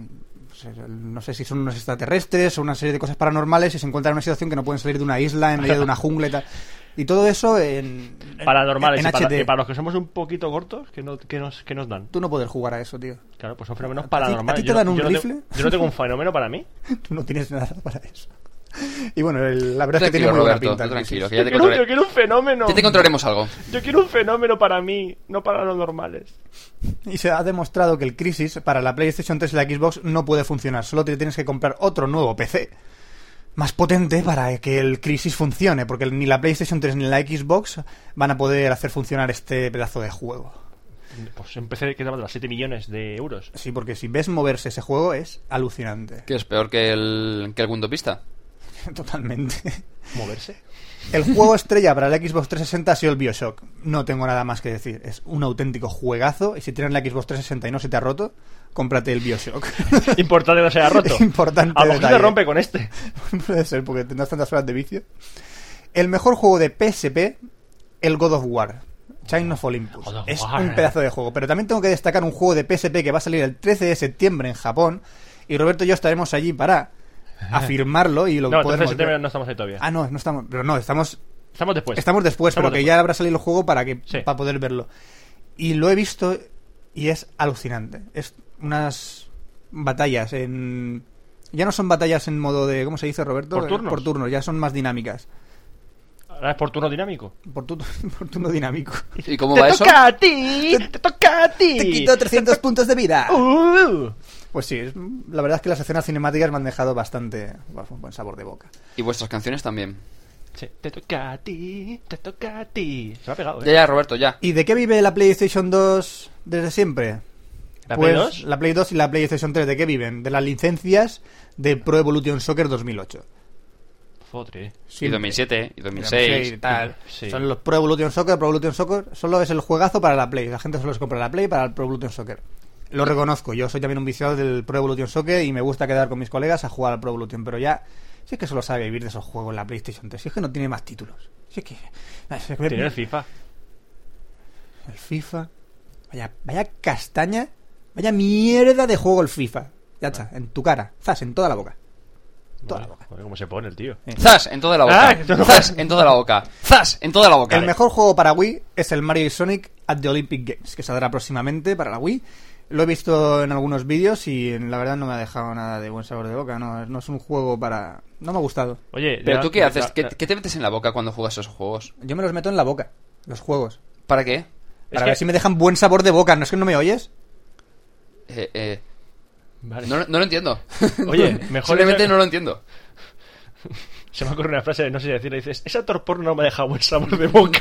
A: pues, eh, no sé si son unos extraterrestres o una serie de cosas paranormales y se encuentran en una situación que no pueden salir de una isla en medio de una jungla y tal. Y todo eso en, en-
B: Paranormales.
A: en
B: y para,
A: HD.
B: y para los que somos un poquito cortos, que, no, que, nos, que nos dan.
A: Tú no puedes jugar a eso, tío. *laughs*
B: Claro, pues son fenómenos
A: ¿A ti-
B: paranormales.
A: a ti te
B: Yo no-
A: dan un
B: yo no tengo-
A: rifle?
B: yo no tengo un fenómeno para mí.
A: Tú no tienes nada para eso. Y bueno, el- la verdad es que
D: Tranquilo,
A: tiene muy buena
D: Roberto.
A: pinta.
D: tú
A: el
D: Tranquilo,
A: Crisis.
D: que ya
B: Yo
D: te
B: quiero, yo
D: encontraré.
B: quiero un fenómeno.
D: Ya te encontraremos algo.
B: Yo quiero un fenómeno para mí, no para los normales.
A: Y se ha demostrado que el Crisis para la PlayStation 3 y la Xbox no puede funcionar. Solo te tienes que comprar otro nuevo PC. Más potente para que el Crisis funcione. Porque ni la PlayStation 3 ni la Xbox van a poder hacer funcionar este pedazo de juego.
B: Pues empecé que daba las 7 millones de euros.
A: Sí, porque si ves moverse ese juego es alucinante. *laughs*
D: Que es peor que el, que el Windows Vista.
A: Totalmente. *laughs*
B: Moverse.
A: El juego estrella para la Xbox 360 ha sido el Bioshock. No tengo nada más que decir. Es un auténtico juegazo. Y si tienes la Xbox 360 y no se te ha roto, cómprate el Bioshock.
B: Importante que no se haya roto.
A: Importante
B: A lo mejor se
A: detalle.
B: rompe con este.
A: *laughs* Puede ser, porque tendrás tantas horas de vicio. El mejor juego de PSP, el God of War. Chain of Olympus.
B: God of
A: es
B: War.
A: un pedazo de juego. Pero también tengo que destacar un juego de PSP que va a salir el 13 de septiembre en Japón. Y Roberto y yo estaremos allí para
B: *laughs*
A: afirmarlo y lo
B: No, entonces
A: podemos
B: septiembre
A: ver.
B: no estamos ahí todavía.
A: Ah, no, no estamos. Pero no, estamos
B: Estamos después.
A: Estamos después,
B: Estamos
A: pero que
B: después.
A: ya habrá salido el juego para que
B: Sí.
A: para poder verlo. Y lo he visto y es alucinante. Es unas batallas en ya no son batallas en modo de ¿cómo se dice Roberto?
B: Por
A: Eh,
B: turnos.
A: Por turnos, ya son más dinámicas.
B: Ahora es por turno dinámico.
A: Por, tu- *laughs* por turno dinámico.
D: ¿Y cómo va eso?
B: a ti! ¡Te toca a ti!
A: Te quito 300 puntos de vida.
B: Uh.
A: Pues sí, es- la verdad es que las escenas cinemáticas me han dejado bastante bueno, un buen sabor de boca.
D: Y vuestras canciones también.
B: Sí, Te toca a ti, te toca a ti. Se me ha pegado,
D: Ya,
B: ¿eh?
D: ya, Roberto, ya.
A: ¿Y de qué vive la PlayStation 2 desde siempre?
B: ¿La
A: pues,
B: Play 2?
A: La Play 2 y la PlayStation 3, ¿de qué viven? De las licencias de Pro Evolution Soccer 2008.
B: Fotre.
A: Sí,
D: Y 2007, y 2006.
A: tal.
B: Sí.
A: Son los Pro Evolution Soccer, Pro Evolution Soccer. Solo es el juegazo para la Play. La gente solo se compra la Play para el Pro Evolution Soccer. Lo reconozco. Yo soy también un viciado del Pro Evolution Soccer y me gusta quedar con mis colegas a jugar al Pro Evolution. Pero ya, si es que solo sabe vivir de esos juegos la PlayStation 3. Si es que no tiene más títulos. Si es que. es que-
B: Tiene el FIFA.
A: el FIFA. Vaya, vaya castaña. Vaya mierda de juego el FIFA. Ya está, en tu cara. Zas, en toda la boca. Toda la
B: Vale,
A: boca.
B: joder, ¿Cómo se pone el tío?
D: ¡Zas! En toda la boca.
B: Ah, que no-
D: ¡Zas! En toda la
A: *laughs*
D: boca. ¡Zas! En toda la boca.
A: El mejor juego para Wii es el Mario y Sonic at the Olympic Games, que saldrá próximamente para la Wii. Lo he visto en algunos vídeos y la verdad no me ha dejado nada de buen sabor de boca. No, no es un juego para... No me ha gustado.
B: Oye,
D: ¿Pero
B: ya-
D: tú qué
B: ya-
D: haces?
B: ya-
D: ¿Qué, qué te metes en la boca cuando juegas esos juegos?
A: Yo me los meto en la boca, los juegos.
D: ¿Para qué?
A: Para
B: que-
A: ver si me dejan buen sabor de boca. ¿No es que no me oyes?
D: Eh, eh,
B: Vale.
D: no, no lo entiendo.
B: *laughs*
D: *laughs*
B: Oye, mejor
D: Simplemente
B: esa-
D: no lo entiendo.
B: *laughs* Se me ocurre una frase, no sé si decirla, dices, esa torpor no me deja buen sabor de
D: *laughs*
B: boca.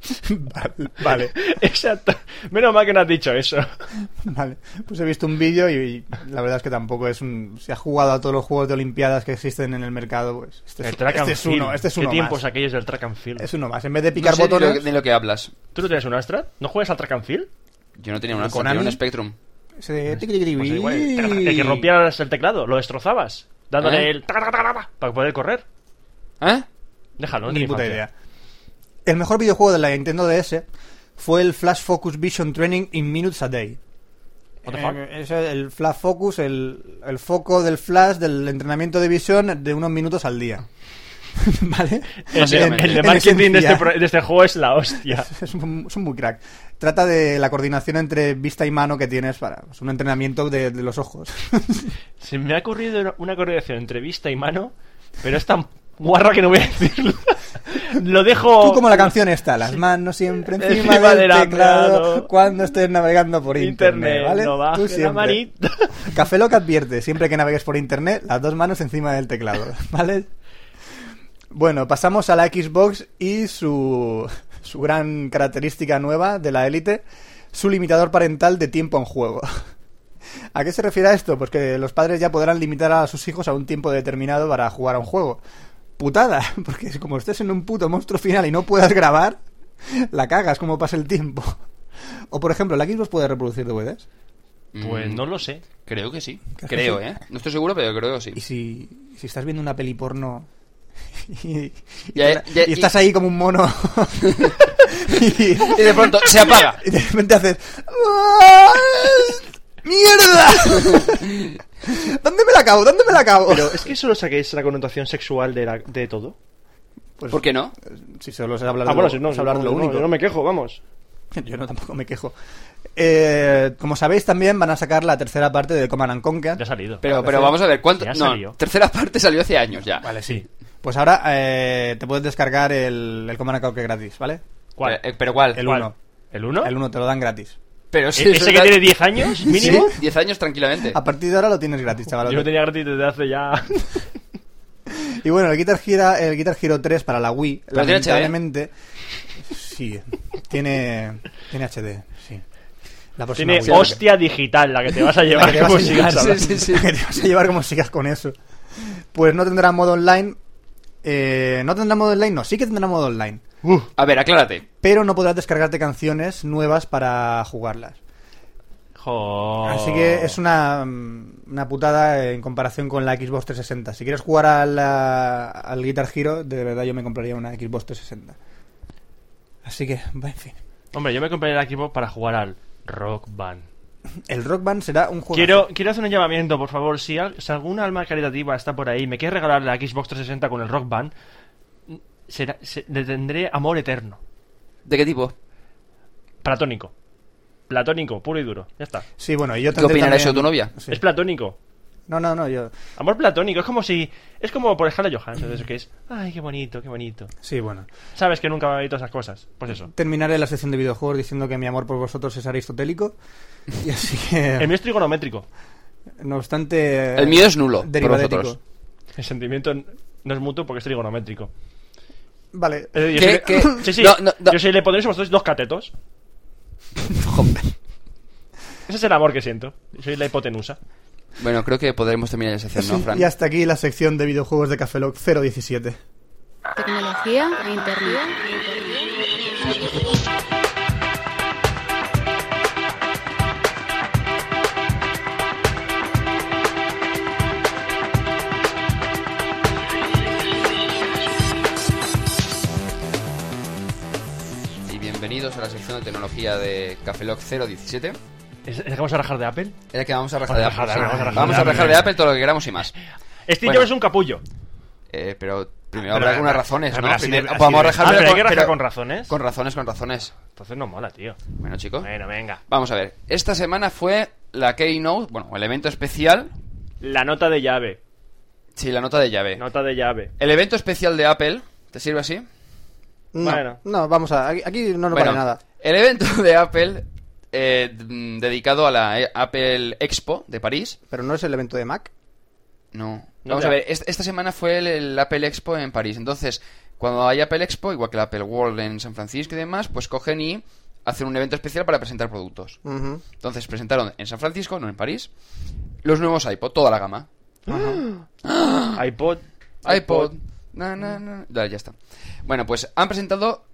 B: *laughs*
A: vale, vale.
B: Esa to- Menos mal que no has dicho eso.
A: *laughs* Vale, pues he visto un vídeo y, y la verdad es que tampoco es un... Se ha jugado a todos los juegos de Olimpiadas que existen en el mercado, pues... Este es,
B: El track
A: este
B: and
A: es
B: field.
A: uno, este es
B: ¿Qué
A: uno
B: tiempos
A: más.
B: aquellos del track and field?
A: Es uno más. En vez de
D: No
A: picar
D: sé de lo,
A: botones,
D: que- de lo que hablas.
B: ¿Tú no tienes un Astra? ¿No juegas al track and field?
D: Yo no tenía un
A: ¿Con
D: Astra, tenía
A: Ami?
D: un Spectrum.
A: *laughs* se- tiqui, tiqui, tiqui,
B: Pues igual, el que rompías el teclado, lo destrozabas, dándole
D: ¿Eh?
B: el taca, taca, taca, taca, para poder correr.
D: ¿Eh?
B: Déjalo, no
A: Ni
B: tiene
A: puta
B: infancia.
A: idea. El mejor videojuego de la Nintendo DS fue el Flash Focus Vision Training in Minutes a Day.
B: What the fuck?
A: Eh, es el Flash Focus, el, el foco del Flash del entrenamiento de visión de unos minutos al día. *laughs* ¿Vale?
B: El, de-
D: Básicamente.
A: *laughs*
B: el de
A: En
B: marketing de este,
A: esencia.
B: pro- de este juego es la
A: *laughs*
B: hostia.
A: es un, es un muy crack. Trata de la coordinación entre vista y mano que tienes para pues, un entrenamiento de, de los ojos. *laughs*
B: Se me ha ocurrido una- una correlación entre vista y mano, pero es tan guarra que no voy a decirlo. lo dejo.
A: Tú como la canción está, las manos siempre encima,
B: Encima
A: del,
B: del
A: teclado,
B: teclado.
A: cuando estés navegando por internet, ¿vale?
B: no
A: Tú
B: bajes la
A: siempre.
B: manita.
A: *laughs* Café Lock advierte, siempre que navegues por internet, las dos manos encima del teclado, *laughs* ¿vale? Bueno, pasamos a la Xbox y su, su gran característica nueva de la Elite, su limitador parental de tiempo en juego. *laughs* ¿A qué se refiere esto? Pues que los padres ya podrán limitar a sus hijos a un tiempo determinado para jugar a un juego. Putada, *laughs* porque es como estés en un puto monstruo final y no puedas grabar, la cagas como pasa el tiempo. *laughs* O por ejemplo, la Xbox puede reproducir DVDs.
B: *laughs* Pues
D: Mm,
B: no lo sé.
D: Creo que sí.
A: Creo que
D: Creo,
A: sí.
D: ¿eh? No estoy seguro, pero creo que sí.
A: Y si, si estás viendo una peli porno *laughs* y, y
D: Ya,
A: te-
D: ya,
A: y
D: y-
A: estás ahí como un *laughs* mono y,
D: *laughs* Y de pronto se apaga.
A: y de repente haces ¡Mierda! *laughs* ¿Dónde me la acabo? ¿Dónde me la acabo?
B: Pero es que solo saquéis la connotación sexual de, la- de todo.
A: Pues,
D: ¿Por qué no?
A: Si solo se habla de
B: Ah,
A: lo-
B: bueno, si no,
A: se habla de lo
B: no,
A: único.
B: yo no me quejo, vamos.
A: *laughs* Yo no tampoco me quejo. Eh, como sabéis también van a sacar la tercera parte de Command and Conquer.
B: Ya ha salido.
D: Pero,
A: que
D: pero
A: sí.
D: vamos a ver, ¿cuánto?
B: Ya salió.
D: No, tercera parte salió hace años ya.
A: Vale,
B: sí.
A: Pues ahora eh, te puedes descargar el, el Command and Conquer gratis, ¿vale?
B: ¿Cuál?
D: Eh, ¿Pero cuál?
A: El
B: ¿Cuál?
A: 1.
B: ¿El 1?
A: El 1 te lo dan gratis.
D: Pero si
B: ¿E-
D: eso
B: ¿Ese que
D: era-
B: tiene 10 años mínimo? Ah,
D: Sí, 10 años tranquilamente.
A: A partir de ahora lo tienes gratis, chaval.
B: Yo lo tenía gratis desde hace ya.
A: Pues Y bueno, el Guitar Hero, el Guitar Hero 3 para la Wii,
D: Pero tiene HD.
A: lamentablemente, sí, tiene, tiene HD, sí. La próxima
B: tiene
A: Wii. *laughs*
B: hostia digital la que te vas a
A: La
B: llevar.
A: que te vas a
B: como sigas
A: llevar.
B: hablando.
D: Sí, sí, sí.
A: La que te vas a llevar como sigas con eso. Pues no tendrá modo online. eh, no tendrá modo online, no, sí que tendrá modo online.
D: A ver, aclárate.
A: Pero no podrás descargarte canciones nuevas para jugarlas.
B: Joder.
A: Así que es una, mm, una putada en comparación con la Xbox 360. Si quieres jugar a la- al Guitar Hero, de verdad yo me compraría una Xbox 360. Así que, va, en fin.
B: Hombre, yo me compré el equipo para jugar al Rock Band.
A: El Rock Band será un juego.
B: Quiero, quiero hacer un llamamiento, por favor. Si, al- si alguna alma caritativa está por ahí y me quiere regalar la Xbox 360 con el Rock Band, será- se- le tendré amor eterno.
D: ¿De qué tipo?
B: Platónico. Platónico, puro y duro. Ya está.
A: Sí, bueno, y yo
D: ¿Qué
A: tendré
D: opinará
A: también-
D: eso de tu novia?
A: Sí.
B: Es platónico.
A: No, no, no, yo.
B: Amor platónico. Es como si. Es como por Scarlett Johansson. de Eso que es. Ay, qué bonito, qué bonito.
A: Sí, bueno.
B: Sabes que nunca me he visto esas cosas. Pues eso.
A: Terminaré la sección de videojuegos diciendo que mi amor por vosotros es aristotélico. Y
B: *laughs*
A: así
B: El mío
A: que.
B: es trigonométrico.
A: No obstante.
D: El mío es nulo, por
A: derivadético.
D: vosotros.
B: El sentimiento no es mutuo porque es trigonométrico.
A: Vale.
B: Eh, yo
D: ¿Qué?
B: sé que-
D: ¿Qué?
B: Sí, sí.
D: No, no, no.
B: Yo sí le pondréis a vosotros dos
D: *laughs*
B: catetos.
D: Joder.
B: Ese es el amor que siento. Soy la hipotenusa.
D: Bueno, creo que podremos terminar esa sección, ¿no, Fran?
A: Y hasta aquí la sección de videojuegos de Café Lock 017.
E: Tecnología e internet.
D: Y bienvenidos a la sección de tecnología de Cafeloc 017.
B: ¿Es, es que vamos a rajar de Apple?
D: En la que vamos a rajar de
B: Vamos a
D: Apple.
B: rajar,
D: sí.
B: vamos a rajar
D: Vamos
B: de
D: a rajar
B: Apple.
D: de Apple todo lo que queramos y más.
B: Steve
D: Bueno.
B: Jobs Este es un capullo.
D: Eh, pero primero
B: Pero-
D: habrá algunas
B: pero-
D: razones,
B: pero
D: ¿no?
B: así de-
D: Primero-
B: así
D: vamos a
B: de-
D: rajar,
B: Ah,
D: pero
B: pero hay
D: con-
B: que rajar
D: pero-
B: con razones.
D: Con razones, con razones.
B: Entonces no mola, tío.
D: Bueno, chicos.
B: Bueno, venga.
D: Vamos a ver. Esta semana fue la Keynote, bueno, el evento especial.
B: La nota de llave.
D: Sí, la nota de llave.
B: Nota de llave.
D: El evento especial de Apple. ¿Te sirve así?
A: No,
B: Bueno.
A: no, vamos a. Aquí, aquí no nos
D: Bueno,
A: vale nada.
D: El evento de Apple eh, mm, dedicado a la eh, Apple Expo de París.
A: Pero no es el evento de Mac.
D: No.
B: No,
D: Vamos
B: ya.
D: a ver, est- esta semana fue el, el Apple Expo en París. Entonces, cuando hay Apple Expo, igual que la Apple World en San Francisco y demás, pues cogen y hacen un evento especial para presentar productos.
A: Ujú.
D: Entonces, presentaron en San Francisco, no en París, los nuevos iPod, toda la gama.
B: iPod.
D: iPod. Na, na, na. Dale, ya está. Bueno, pues han presentado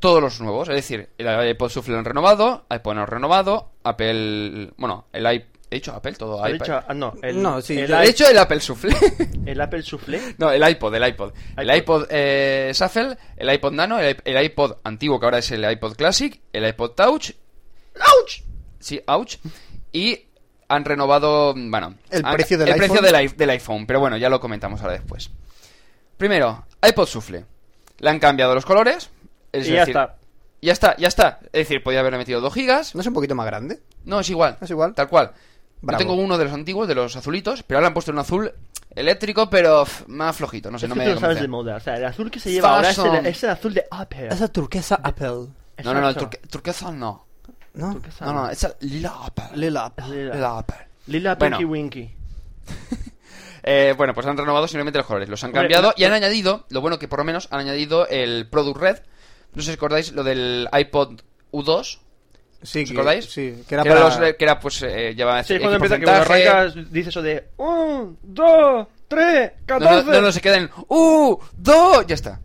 D: todos los nuevos, es decir, el iPod Shuffle han renovado, iPod no renovado, Apple, bueno, el iPod, he dicho Apple todo,
B: ¿Has
D: iPad.
B: dicho- ah, no, el,
A: No, sí,
B: el,
D: He dicho el Apple Shuffle. *laughs*
B: el Apple Soufflé.
D: No, el iPod, el iPod. El
B: iPod.
D: iPod eh, Shuffle, el iPod Nano, el, iP- el iPod antiguo que ahora es el iPod Classic, el iPod Touch. ¡Ouch! Sí, ouch. Y han renovado, mm, bueno...
A: El
D: han-
A: precio del
D: el
A: iPhone.
D: precio del, i- del iPhone, pero bueno, ya lo comentamos ahora después. Primero, iPod Shuffle. Le han cambiado los colores.
B: Y
D: es
B: ya
D: decir,
B: está.
D: Ya está, ya está. Es decir, podía haberle metido 2 gigas.
A: ¿No es un poquito más grande?
D: No, es igual.
A: Es igual.
D: Tal cual.
A: Bravo.
D: Yo tengo uno de los antiguos, de los azulitos, pero ahora han puesto un azul eléctrico, pero pf, más flojito. No sé,
B: Es
D: no
B: que
D: me
B: tú no sabes
D: convence.
B: de moda. O sea, el azul que se lleva ahora es
D: Fashion.
B: el, es el azul de Apple.
A: turquesa Apple.
D: No, no, no, el
B: Exacto.
D: turque- turquesa no.
A: ¿No?
B: Turquesa.
D: No, no, es el lila Apple.
A: Lila
B: *laughs*
A: Apple.
B: Lila.
D: Lila Apple.
B: Lila
D: Bueno.
B: Pinky Winky.
D: Eh, bueno, pues han renovado simplemente los colores. Los han
B: Hombre,
D: cambiado
B: no-
D: y han añadido, lo bueno que por lo menos han añadido el Product Red. No sé si recordáis lo del iPod U2.
A: Sí,
D: ¿Os
A: que-
D: acordáis?
A: Sí, que
D: que
A: era para...
D: los- que era, pues, eh, llevaba
B: Sí, es
D: X
B: cuando empieza que cuando
D: porcentaje.
B: arrancas, dice eso de 1, 2, 3,
D: No,
B: 14.
D: no, no, no se queda en U2. Ya está.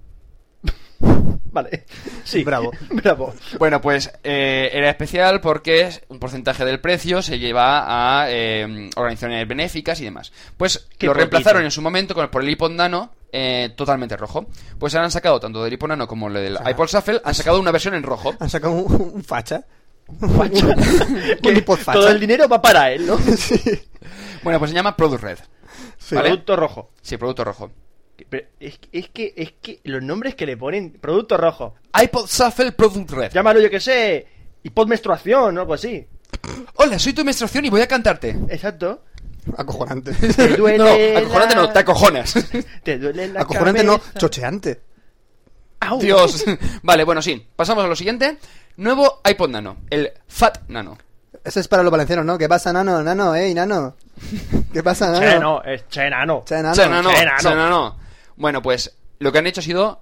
B: Vale. Sí.
A: Bravo.
B: *laughs*
D: *laughs*
B: Bravo.
D: Bueno, pues eh, era especial porque un porcentaje del precio se lleva a eh, organizaciones benéficas y demás. Pues
B: Qué poquito.
D: lo reemplazaron en su momento con el, por el iPod Nano eh, totalmente rojo. Pues ahora han sacado tanto del iPod Nano como el del iPod Shuffle, han sacado una versión en rojo.
B: *laughs*
A: Han sacado un, un facha.
B: Que
A: un iPod facha.
B: Todo el dinero va para él,
D: *laughs*
A: *laughs*
B: ¿no?
A: sí,
D: Bueno, pues se llama Product Red.
A: sí.
D: ¿Vale?
B: Producto rojo.
D: Sí, producto rojo.
B: Pero es, es que es que los nombres que le ponen producto rojo.
D: iPod Shuffle Product Red.
B: Llámalo yo que sé, hipodmenstruación o algo así.
D: Hola, soy tu menstruación y voy
B: *laughs*
D: a cantarte.
B: Exacto.
D: *laughs*
A: Acojonante.
B: Te duele
D: No, acojonante
B: la-
D: no,
B: *laughs*
D: te acojonas.
B: Te duele la
A: Acojonante no,
B: cabeza.
A: chocheante.
B: Au. *laughs*
D: Dios. Vale, bueno, sí. Pasamos a lo siguiente. Nuevo iPod Nano. El Fat Nano.
A: Eso es para los valencianos, ¿no? ¿Qué pasa, nano? Nano, eh,
D: *laughs*
A: nano. ¿Qué pasa, nano?
B: Che, no, es che, nano.
A: Ah, Che, nano.
D: Che, no, no,
B: Che, no,
D: che,
B: no.
D: no, no. Bueno, pues lo que han hecho ha sido.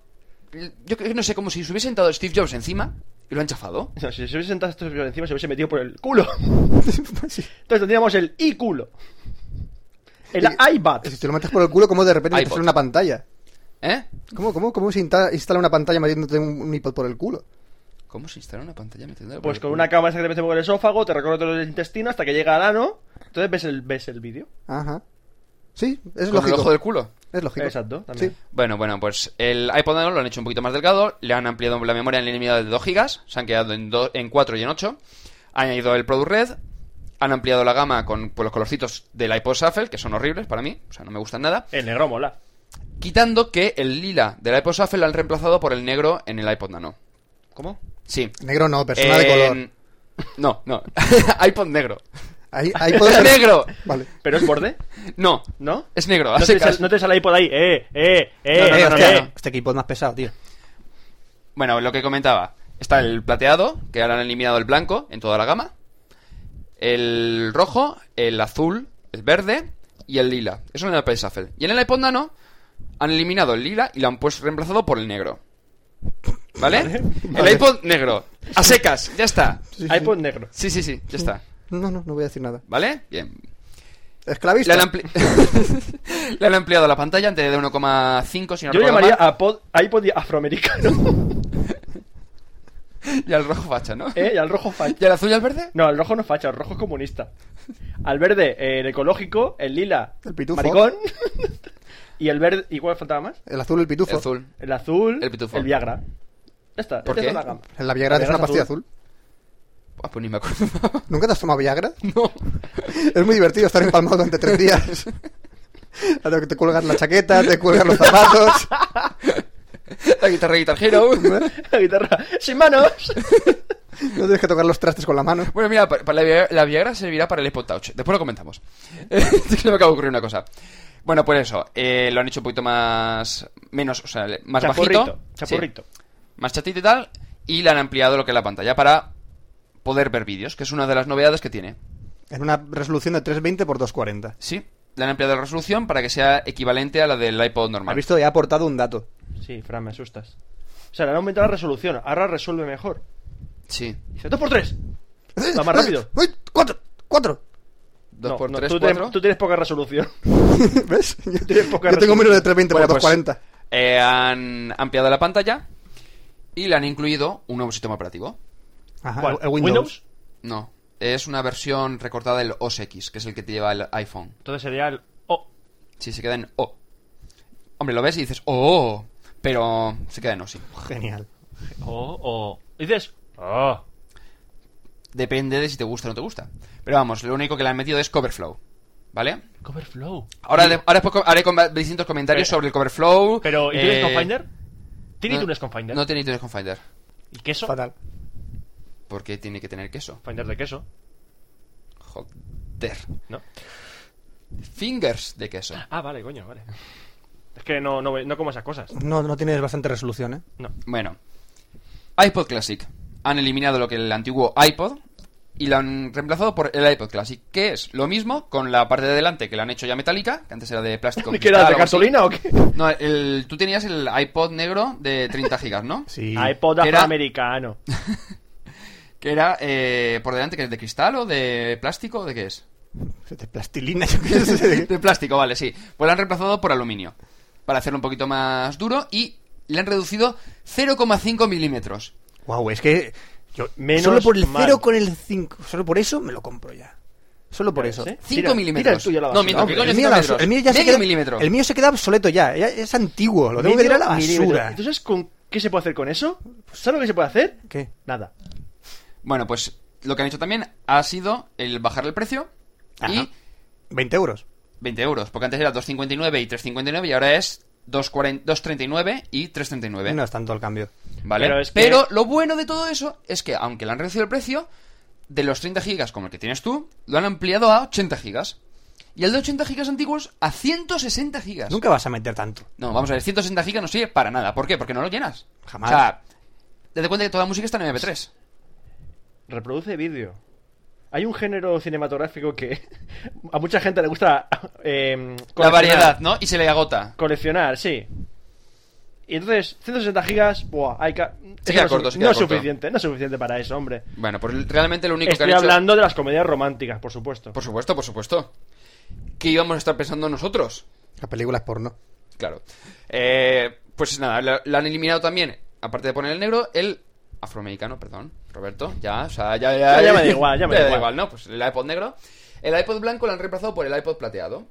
D: Yo creo que no sé, como si se hubiese sentado Steve Jobs encima y lo han chafado.
B: No, si se hubiese sentado estos por *laughs*
A: *laughs*
B: encima, se hubiese metido por el culo. Entonces tendríamos el y culo. El iBot.
A: Ah, Si te lo metes por el culo, ¿cómo de repente te
D: iPod.
A: sale una pantalla?
D: ¿Eh?
A: ¿Cómo, cómo, cómo se insta- instala una pantalla metiéndote un, un iPod por el culo?
D: ¿Cómo se instala una pantalla metiéndole por
B: Pues
D: el
B: con
D: culo?
B: una cámara esa que te metes por el esófago, te recorre todo el intestino hasta que llega al ano. Entonces ves el, ves el vídeo.
A: Ajá. Sí, es
D: ¿Con el
A: lógico.
D: ojo del culo?
A: Es lógico.
B: Exacto, también.
A: Sí.
D: Bueno, bueno, pues el iPod Nano lo han hecho un poquito más delgado, le han ampliado la memoria en línea de 2 GB, se han quedado en, do- en 4 y en 8, han añadido el Product Red, han ampliado la gama con pues, los colorcitos del iPod Shuffle, que son horribles para mí, o sea, no me gustan nada,
B: El negro mola.
D: quitando que el lila del iPod Shuffle lo han reemplazado por el negro en el iPod Nano.
B: ¿Cómo?
D: Sí.
A: Negro no, persona de
D: En-
A: color.
D: Em, No, no, *laughs* iPod negro.
A: Ahí, ahí puedo
D: *laughs* ¡Negro! Eh.
A: Vale.
B: ¿Pero es borde?
D: No,
B: ¿No?
D: es negro, a
B: No te,
D: secas.
B: sale, no te sale ahí por ahí. Eh, eh, eh,
D: No, no,
B: eh,
D: no, no,
B: eh.
D: no.
A: Este equipo es más pesado, tío.
D: Bueno, lo que comentaba. Está el plateado, que ahora han eliminado el blanco en toda la gama. El rojo, el azul, el verde y el lila. Eso en el iPod Shuffle. Y en el iPod Nano han eliminado el lila y lo han puesto reemplazado por el negro. ¿Vale?
A: Vale.
D: El iPod negro. A secas, ya está.
B: iPod negro.
D: Sí, sí, sí, ya está.
A: No, no, no voy a decir nada.
D: ¿Vale? Bien. Le
A: Esclavista.
D: han, ampli- *laughs* Le han ampliado la pantalla antes de 1,5, si no
B: Yo
D: recuerdo
B: llamaría
D: mal.
B: a pod, a iPod afroamericano. *laughs*
D: Y al rojo facha, ¿no?
B: ¿Eh? Y al rojo
D: *laughs* ¿Y
B: facha.
D: al azul y al verde?
B: No, el rojo no es facha, el rojo es comunista. Al verde, eh, el ecológico, el lila,
A: El pitufo.
B: maricón. *laughs* y el verde, ¿y cuál faltaba más?
A: El azul, el pitufo.
D: El azul.
B: El azul,
D: El pitufo.
B: el Viagra. Ya está,
D: ¿Por
B: esta
D: qué?
B: es la gama. *laughs*
A: La Viagra es una pastilla azul.
D: Ah, pues ni me acuerdo. *laughs*
A: ¿Nunca te has tomado Viagra? *laughs*
D: no.
A: Es muy divertido estar empalmado durante tres días. *laughs* A lo que te cuelgas la chaqueta, te cuelgas los
D: *laughs*
A: zapatos.
D: La guitarra Guitar
B: *laughs*
D: Hero.
B: La guitarra, sin manos.
A: No tienes que tocar los trastes con la mano.
D: Bueno, mira, pa- para la, Viagra- la Viagra servirá para el iPod Touch. Después lo comentamos. *laughs* Se me acaba de ocurrir una cosa. Bueno, pues eso. eh, lo han hecho un poquito más... Menos, o sea, le- más
B: Chapurrito,
D: bajito.
B: chapurrito.
D: Sí, más chatito y tal. Y le han ampliado lo que es la pantalla para poder ver vídeos, que es una de las novedades que tiene.
A: En una resolución de 320 por 240.
D: Sí. Le han ampliado la resolución para que sea equivalente a la del iPod
A: Has
D: normal.
A: visto, he aportado un dato.
B: Sí, Fran, me asustas. O sea, le han aumentado la resolución, ahora resuelve mejor.
D: Sí.
B: Dice, dos por tres. Va más rápido.
A: ¡Uy! uy, ¡Cuatro! ¡Cuatro!
D: Dos
B: No,
D: por
B: no,
D: tres,
B: tú,
D: cuatro.
B: tienes, tú tienes
A: *laughs*
B: poca resolución.
A: ¿Ves? Yo,
B: Tienes poca
A: yo tengo
B: resolución.
A: un menos de 320
D: Bueno,
A: por
D: pues,
A: 240.
D: eh, han ampliado la pantalla y le han incluido un nuevo sistema operativo.
A: Ajá,
B: ¿Cuál?
A: Ah, el- el Windows.
D: No, es una versión recortada del OS X, que es el que te lleva el iPhone.
B: Entonces sería el O.
D: Sí, se queda en O. Hombre, lo ves y dices, oh, pero se queda en O, sí.
A: Genial.
B: O, O. Dices, "Oh, O.
D: Depende de si te gusta o no te gusta. Pero vamos, lo único que le han metido es Coverflow, ¿vale?
B: Cover Flow.
D: Ahora, le- ahora después co- haré com- distintos comentarios
B: Pero-
D: sobre el Coverflow.
B: Pero, ¿y tienes
D: eh,
B: Confinder? ¿Tiene
D: no-
B: iTunes Confinder?
D: No tiene iTunes Confinder.
B: ¿Y queso?
A: Fatal.
D: Porque tiene que tener queso.
B: Confinder de queso,
D: Joder.
B: ¿no?
D: Fingers de queso.
B: Ah, vale, coño, vale. Es que no, no, no como esas cosas.
A: No, no tienes bastante resolución, ¿eh?
B: No.
D: Bueno, iPod Classic. Han eliminado lo que el antiguo iPod y lo han reemplazado por el iPod Classic, que es lo mismo con la parte de delante que la han hecho ya metálica, que antes era de plástico.
B: ¿Y qué era,
D: cristal,
B: *laughs* de cartulina
D: algo así.
B: o qué?
D: No, el, tú tenías el iPod negro de 30
B: *laughs*
D: gigas, ¿no?
A: Sí.
B: iPod
D: ¿Qué era?
B: Ah, afroamericano.
D: Que era eh, por delante, que es de cristal o de plástico, ¿o ¿de qué es?
A: De plastilina, *laughs* yo qué sé.
D: de plástico, vale, sí. Pues lo han reemplazado por aluminio, para hacerlo un poquito más duro y le han reducido 0,5 milímetros.
A: Guau, es que yo
B: Menos
A: solo por el
B: mal.
A: 0 con el 5, solo por eso me lo compro ya. Solo por
B: Ya
A: eso.
B: sé. Tira,
D: 5
B: tira
D: milímetros.
B: el tuyo a la
D: no,
B: basura,
D: miento,
B: hombre.
D: ¿qué coño
A: el, mío, la
D: milímetros?
A: basura- el mío ya se
D: Medio
A: queda,
D: milímetro.
A: El mío se queda obsoleto ya, ya es antiguo, lo tengo que tirar a la
B: Medio
A: basura.
B: milímetro. ¿Tú sabes con qué se puede hacer con eso? ¿Sabes lo que se puede hacer?
A: ¿Qué?
B: Nada.
D: Bueno, pues lo que han hecho también ha sido el bajar el precio
A: Ajá.
D: y
A: 20 euros.
D: 20 euros, porque antes era 2,59 y 3,59 y ahora es 2,40 2,39 y 3,39.
A: No es tanto el cambio.
D: ¿Vale?
B: Pero
D: Pero,
B: es que-
D: lo bueno de todo eso es que, aunque le han reducido el precio, de los 30 gigas como el que tienes tú, lo han ampliado a 80 gigas. Y el de 80 gigas antiguos a 160 gigas.
A: Nunca vas a meter tanto.
D: No, vamos a ver, 160 gigas no sirve para nada. ¿Por qué? Porque no lo llenas.
A: Jamás.
D: O sea, date cuenta que toda la música está en MP3.
B: Reproduce vídeo. Hay un género cinematográfico que *laughs* a mucha gente le gusta. em,
D: La
B: coleccionar.
D: variedad, ¿no? Y se le agota.
B: Coleccionar, sí. Y entonces, 160 gigas, buah, hay ca-
D: Se
B: eso
D: queda
B: no, es-
D: corto, se
B: no
D: queda
B: es
D: corto.
B: suficiente, no es suficiente para eso, hombre.
D: Bueno, pues realmente lo único
B: Estoy
D: que han hecho...
B: hablando de las comedias románticas, por supuesto.
D: Por supuesto, por supuesto. ¿qué íbamos a estar pensando nosotros?
A: La película es porno.
D: Claro. Eh, pues nada, la, la han eliminado también, aparte de poner el negro, el afroamericano, perdón, Roberto, ya, o sea, ya,
B: Ya,
D: ya,
B: ya me da igual,
D: *laughs*
B: ya me da
D: da
B: igual.
D: igual, ¿no? Pues el iPod negro. El iPod blanco lo han reemplazado por el iPod plateado.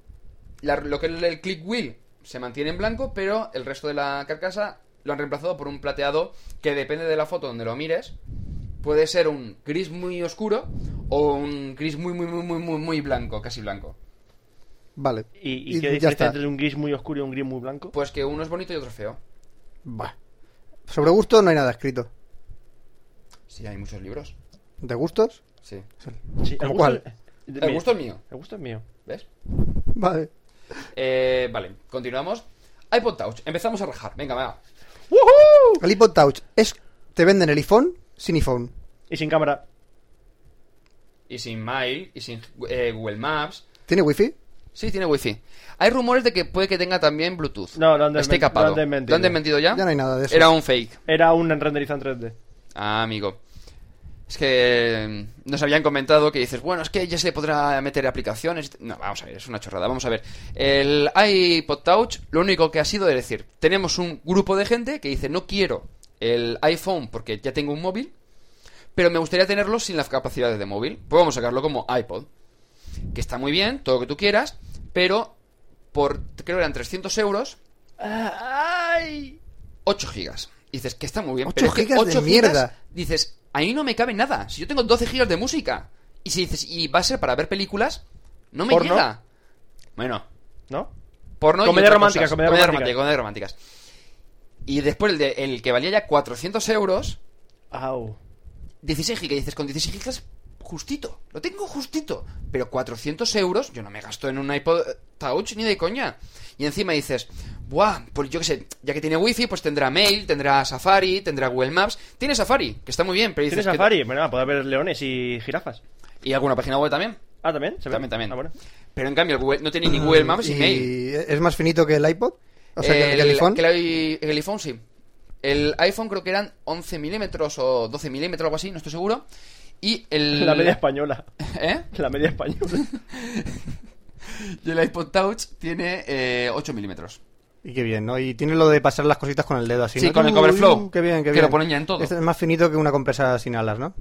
D: La- lo que es el click wheel se mantiene en blanco, pero el resto de la carcasa lo han reemplazado por un plateado que depende de la foto donde lo mires. Puede ser un gris muy oscuro o un gris muy, muy, muy, muy, muy, muy blanco, casi blanco.
A: Vale.
B: ¿Y, y qué
A: ya
B: diferencia
A: está.
B: entre un gris muy oscuro y un gris muy blanco?
D: Pues que uno es bonito y otro feo.
A: Bah. Sobre gusto no hay nada escrito.
D: Sí, hay muchos libros.
A: ¿De gustos?
D: Sí.
B: Sí,
A: ¿Cómo
B: el
A: cuál?
B: gusto-
D: El gusto es mío,
B: El gusto es mío.
D: ¿ves?
A: Vale.
D: Eh, vale, continuamos. iPod Touch, empezamos a rajar. Venga, va.
A: El iPod Touch es. Te venden el iPhone sin iPhone.
B: Y sin cámara.
D: Y sin Mail, y sin eh, Google Maps.
A: ¿Tiene wifi?
D: Sí, tiene wifi. Hay rumores de que puede que tenga también Bluetooth.
B: No, lo han desmen-
D: Esté capado.
B: lo han desmentido.
D: ¿Lo han desmentido ya?
A: Ya no hay nada de eso.
D: Era un fake.
B: Era un renderiza en 3D.
D: Ah, amigo. Es que mm, nos habían comentado que dices, bueno, es que ya se le podrá meter aplicaciones. No, vamos a ver, es una chorrada. Vamos a ver. El iPod Touch, lo único que ha sido es decir, tenemos un grupo de gente que dice, no quiero el iPhone porque ya tengo un móvil, pero me gustaría tenerlo sin las capacidades de móvil. Pues vamos a sacarlo como iPod. Que está muy bien, todo lo que tú quieras, pero por, creo que eran 300 euros, 8 gigas. Dices que está muy bien.
A: 8
D: pero es que
A: gigas de
D: 8
A: mierda.
D: Dices, ahí no me cabe nada. Si yo tengo 12 gigas de música. Y si dices, y va a ser para ver películas, no me
B: ¿Porno?
D: llega. Bueno,
B: ¿No?
D: porno y
B: Comedia
D: otras
B: romántica,
D: cosas.
B: comedia romántica.
D: comedia románticas. Y después el, de- el que valía ya 400 euros,
B: Au.
D: 16 gigas. Y dices, con 16 gigas, justito. Lo tengo justito. Pero 400 euros, yo no me gasto en un iPod eh, Touch ni de coña. Y encima dices, buah, pues yo qué sé, ya que tiene wifi, pues tendrá mail, tendrá Safari, tendrá Google Maps. Tiene Safari, que está muy bien, pero dices.
B: Tiene
D: que-
B: safari. Bueno, puede haber leones y jirafas.
D: Y alguna página web también.
B: Ah, también. ¿Se ve?
D: También, también.
B: Ah, bueno.
D: Pero en cambio, el Google, no tiene ni Google Maps ni mail.
A: Mm, ¿Y es más finito que el iPod? O sea, que- que el iPhone.
D: que el i- el iPhone sí. El iPhone creo que eran 11 milímetros o 12 milímetros, algo así, no estoy seguro. Y
B: *laughs*
D: el.
B: La media española.
D: *laughs* ¿Eh?
B: La media española.
D: Y el iPod Touch tiene eh, 8 milímetros.
A: Y qué bien, ¿no? Y tiene lo de pasar las cositas con el dedo así.
D: Sí,
A: ¿no?
D: con el
A: Uy,
D: Coverflow,
A: Qué bien, qué
D: que
A: bien.
D: lo ponen ya en todo.
A: Este es más finito que una compresa sin alas, ¿no?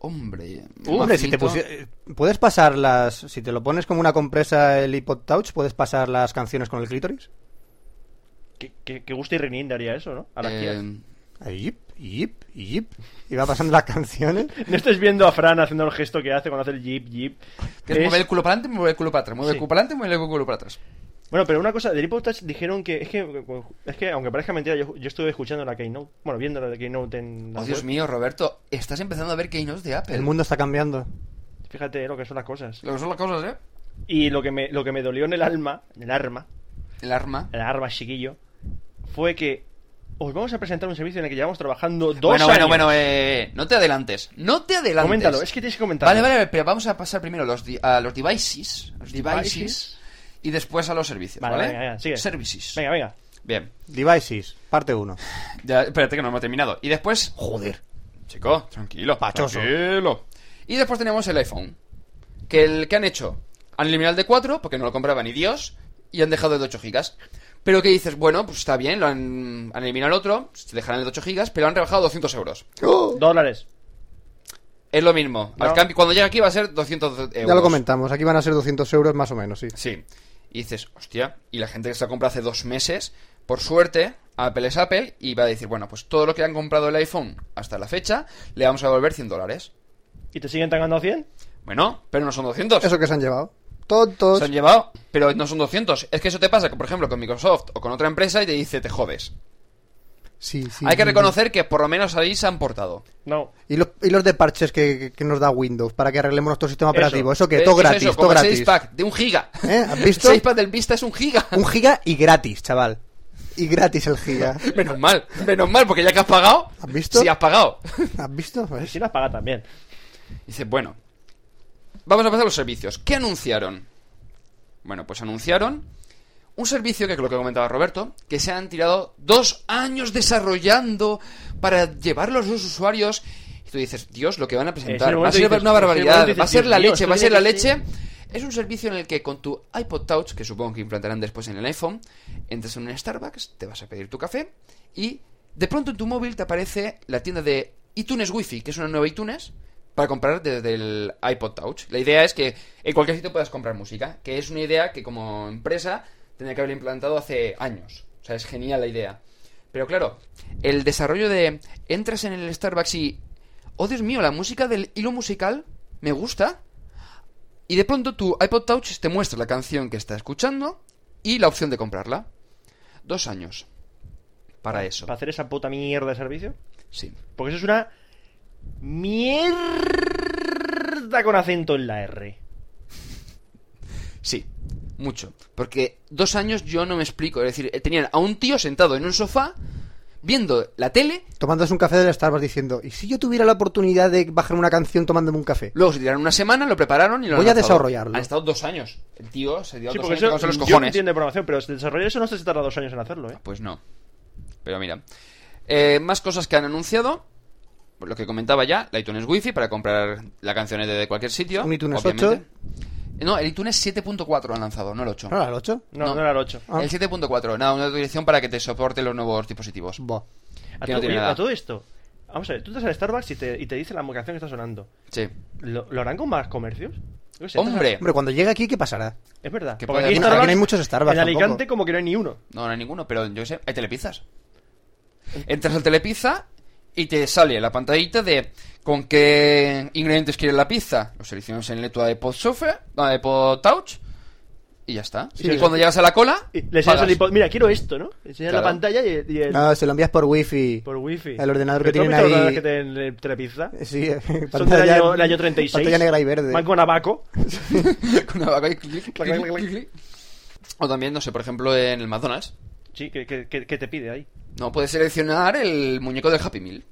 D: Hombre,
A: Hombre, si te pusie- eh, puedes pasar las. Si te lo pones como una compresa el iPod Touch, puedes pasar las canciones con el clítoris.
B: que, que, que gusto y renin daría eso, ¿no? A las
D: Eh,
B: tías.
A: Ahí, yip, yip, yip. Y va pasando las *laughs* canciones.
B: No estés viendo a Fran haciendo el gesto que hace cuando hace el jeep, jeep.
D: que es
B: Es-
D: mover el culo para adelante, mover el culo para atrás. Mover
B: Sí.
D: el culo para adelante, mover el culo para atrás.
B: Bueno, pero una cosa, del iPod Touch dijeron que es, que. es que, aunque parezca mentira, yo, yo estuve escuchando la Keynote. Bueno, viendo la de Keynote en. la
D: Oh, Dios
B: web.
D: mío, Roberto, estás empezando a ver keynotes de Apple.
A: El mundo está cambiando.
B: Fíjate lo que son las cosas.
D: Lo que son las cosas, ¿eh?
B: Y lo que me, lo que me dolió en el alma, en el arma,
D: El arma.
B: el arma chiquillo, fue que os vamos a presentar un servicio en el que llevamos trabajando dos
D: Bueno,
B: años.
D: bueno, bueno, eh, no te adelantes. No te adelantes.
B: Coméntalo, es que tienes que comentarlo.
D: Vale, vale, pero vamos a pasar primero los di- a los devices, los
B: Ah,
D: devices y después a los servicios,
B: Vale,
D: ¿vale?
B: venga, venga, sigue.
D: Services.
B: Venga, venga.
D: Bien.
A: Devices, parte 1.
D: Ya, espérate que no hemos terminado. Y después
A: Joder.
D: Chico, tranquilo.
A: Pachoso.
D: Tranquilo. Y después tenemos el iPhone. Que el que han hecho. Han eliminado el de 4 porque no lo compraba ni Dios. Y han dejado el de 8 gigas. Pero que dices, bueno, pues está bien, lo han, han eliminado el otro, se dejarán el de 8 gigas, pero han rebajado 200 euros.
A: Oh,
B: Dólares.
D: Es lo mismo. Al
B: No.
D: cambio, cuando llega aquí va a ser 200 euros.
A: Ya lo comentamos, aquí van a ser 200 euros más o menos, sí.
D: Sí. Y dices, hostia, y la gente que se la compra hace dos meses, por suerte, Apple es Apple y va a decir, bueno, pues todo lo que han comprado el iPhone hasta la fecha, le vamos a devolver 100 dólares.
B: ¿Y te siguen tangando 100?
D: Bueno, pero no son 200.
A: Eso que se han llevado. Tontos.
D: Se han llevado, pero no son 200. Es que eso te pasa, que, por ejemplo, con Microsoft o con otra empresa y te dice, te jodes.
A: Sí, sí.
D: Hay que reconocer que por lo menos ahí se han portado.
B: No.
A: ¿Y los, y los de parches que, que- que nos da Windows para que arreglemos nuestro sistema
B: Eso.
A: operativo. Eso, que
D: Eh,
A: todo
D: es
A: gratis,
D: eso,
A: todo
D: como el
A: gratis.
D: 6-pack de un giga.
A: ¿Eh? ¿Has
D: *laughs*
A: visto?
D: El 6-pack del Vista es un giga.
A: Un giga y gratis, chaval. Y gratis el giga.
D: *laughs* Menos mal, menos mal, porque ya que has pagado...
A: ¿Has visto?
D: Sí, has pagado.
A: ¿Has visto? ¿Ves?
B: Si las paga también.
D: Dice, bueno, vamos a pasar a los servicios. ¿Qué anunciaron? Bueno, pues anunciaron un servicio que es lo que comentaba Roberto, que se han tirado dos años desarrollando para llevarlo a los usuarios. Y tú dices, Dios, lo que van a
B: Es el
D: presentar. Va a
B: momento
D: ser
B: dices-
D: una
B: es el
D: barbaridad,
B: momento
D: va a
B: dices,
D: ser la
B: Dios mío,
D: leche,
B: esto
D: va a ser la
B: tiene que
D: leche.
B: ser-
D: Es un servicio en el que con tu iPod Touch, que supongo que implantarán después en el iPhone, entras en un Starbucks, te vas a pedir tu café y de pronto en tu móvil te aparece la tienda de iTunes Wi-Fi, que es una nueva iTunes, para comprar desde el iPod Touch. La idea es que en cualquier sitio puedas comprar música, que es una idea que como empresa tendría que haber implantado hace años. O sea, es genial la idea. Pero claro, el desarrollo de entras en el Starbucks y oh Dios mío, la música del hilo musical me gusta. Y de pronto tu iPod Touch te muestra la canción que está escuchando y la opción de comprarla. Dos años
A: Ah,
D: para eso.
B: Para hacer esa puta mierda de servicio.
D: Sí.
B: Porque eso es una mierda con acento en la R.
D: Sí, mucho. Porque dos años yo no me explico. Es decir, eh, tenían a un tío sentado en un sofá viendo la tele,
A: Tomándose un café del Starbucks diciendo, ¿y si yo tuviera la oportunidad de bajarme una canción tomándome un café?
D: luego se tiraron una semana, lo prepararon y lo han
A: Voy a
D: lanzado.
A: desarrollarlo.
D: Han estado dos años. El tío se dio
B: Sí,
D: dos
B: porque
D: años
B: eso
D: tocándose los
B: yo no
D: cojones.
B: entiendo de programación, pero desarrollar eso no se tarda dos años en hacerlo, ¿eh?
D: Pues no. Pero mira. Eh, más cosas que han anunciado. Por Lo que comentaba ya, la iTunes Wi-Fi para comprar las canciones desde cualquier sitio.
A: Un iTunes
D: obviamente. No, el iTunes 7.4 han lanzado, no el 8.
A: ¿No era el 8?
B: No,
D: No.
B: no, era el 8.
A: Ah.
D: El 7.4, nada, una dirección para que te soporte los nuevos dispositivos.
A: Buah.
B: A, todo-
D: Que no
B: oye,
D: tiene nada.
B: a todo esto. Vamos a ver, tú estás al Starbucks y te, y te dice la canción que está sonando.
D: Sí.
B: ¿Lo, lo harán con más comercios? Yo qué sé,
D: Hombre,
A: Hombre, cuando llegue aquí, ¿qué pasará?
B: entonces- Es verdad.
D: Que
B: Porque
D: puede-
B: aquí,
D: aquí
B: Starbucks-
A: no hay muchos Starbucks
B: En Alicante
A: tampoco.
B: como que no hay ni uno.
D: no, no hay ninguno, pero yo qué sé, hay telepizzas. Entras al telepizza y te sale la pantallita de con qué ingredientes quieres la pizza. Lo seleccionas en el tu iPod Software, no, iPod Touch y ya está.
B: Sí,
D: y
B: sí.
D: cuando llegas a la cola,
B: Y le enseñas
D: pagas.
B: el iPod- Mira, quiero esto, ¿no? Le Enseñas
D: Claro.
B: la pantalla y, y el-
A: No, Ah, se lo envías por wifi.
B: por wifi.
A: El ordenador que
B: ¿Pero tú
A: tienen
B: has visto los ordenadores
A: ahí.
B: que tienen en el Telepizza?
A: Sí, *laughs*
B: Son del
A: pantalla-
B: año, del año 36.
A: Pantalla negra y verde.
B: Van con abaco.
D: *laughs* Con una vaca y clic, clic,
B: Clac, clac,
D: clic,
B: clac.
D: clic. O también, no sé, por ejemplo, en el McDonald's.
B: Sí, ¿qué, qué, qué- qué te pide ahí?
D: No puedes seleccionar el muñeco del Happy Meal.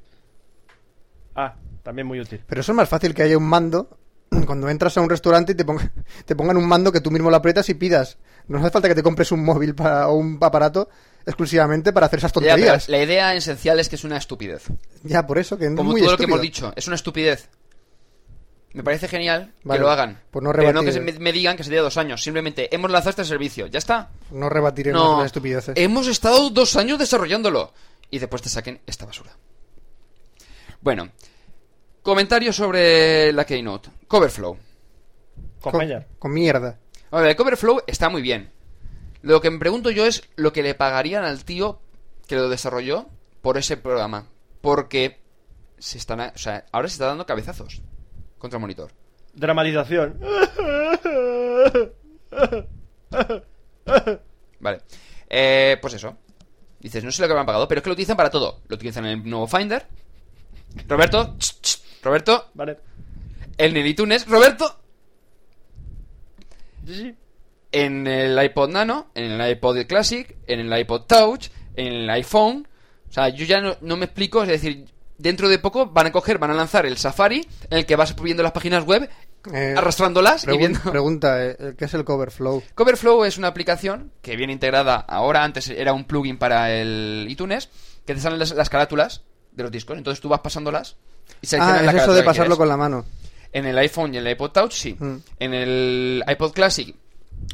B: Ah, también muy útil.
A: Pero eso es más fácil que haya un mando. *clears throat* Cuando entras a un restaurante y te, ponga- *laughs* te pongan un mando que tú mismo lo aprietas y pidas. No hace falta que te compres un móvil para, o un aparato exclusivamente para hacer esas
D: Ya, pero
A: tonterías. Ya,
D: la idea esencial es que es una estupidez.
A: por eso, que es
D: Como
A: muy
D: todo lo que
A: estúpido.
D: hemos dicho, es una estupidez. Me parece genial
A: Vale,
D: que lo hagan.
A: pues no
D: pero no que
A: rebatir.
D: se me, me digan que sería dos años. Simplemente hemos lanzado este servicio. Ya está.
A: No rebatiremos
D: No. Eh,
A: las estupideces.
D: Hemos estado dos años desarrollándolo. Y después te saquen esta basura. Bueno. Comentarios sobre la Keynote. Coverflow.
A: con,
B: Compañero.
A: con mierda.
D: A ver, el cover flow está muy bien. Lo que me pregunto yo es lo que le pagarían al tío que lo desarrolló por ese programa. Porque se están, a- o sea, ahora se está dando cabezazos contra el monitor.
B: Dramatización.
D: Vale. Eh, pues eso. Dices, no sé lo que me han pagado, pero es que lo utilizan para todo. Lo utilizan en el nuevo Finder. Roberto. ch, ch, Roberto.
B: Vale.
D: En el iTunes. Roberto.
B: Sí, sí.
D: en el iPod Nano, en el iPod Classic, en el iPod Touch, en el iPhone. O sea, yo ya no, no me explico, es decir, dentro de poco van a coger, van a lanzar el Safari en el que vas viendo las páginas web,
A: Eh,
D: arrastrándolas y
A: pregun-
D: viendo.
A: Pregunta, eh, ¿qué es el cover flow?
D: Coverflow es una aplicación que viene integrada ahora, antes era un plugin para el iTunes, que te salen las, las carátulas de los discos, entonces tú vas pasándolas y
A: Ah, es
D: seleccionas la
A: eso
D: carátula
A: de
D: que
A: pasarlo
D: quieres.
A: con la mano.
D: En el iPhone y en el iPod Touch, sí.
A: Mm.
D: En el iPod Classic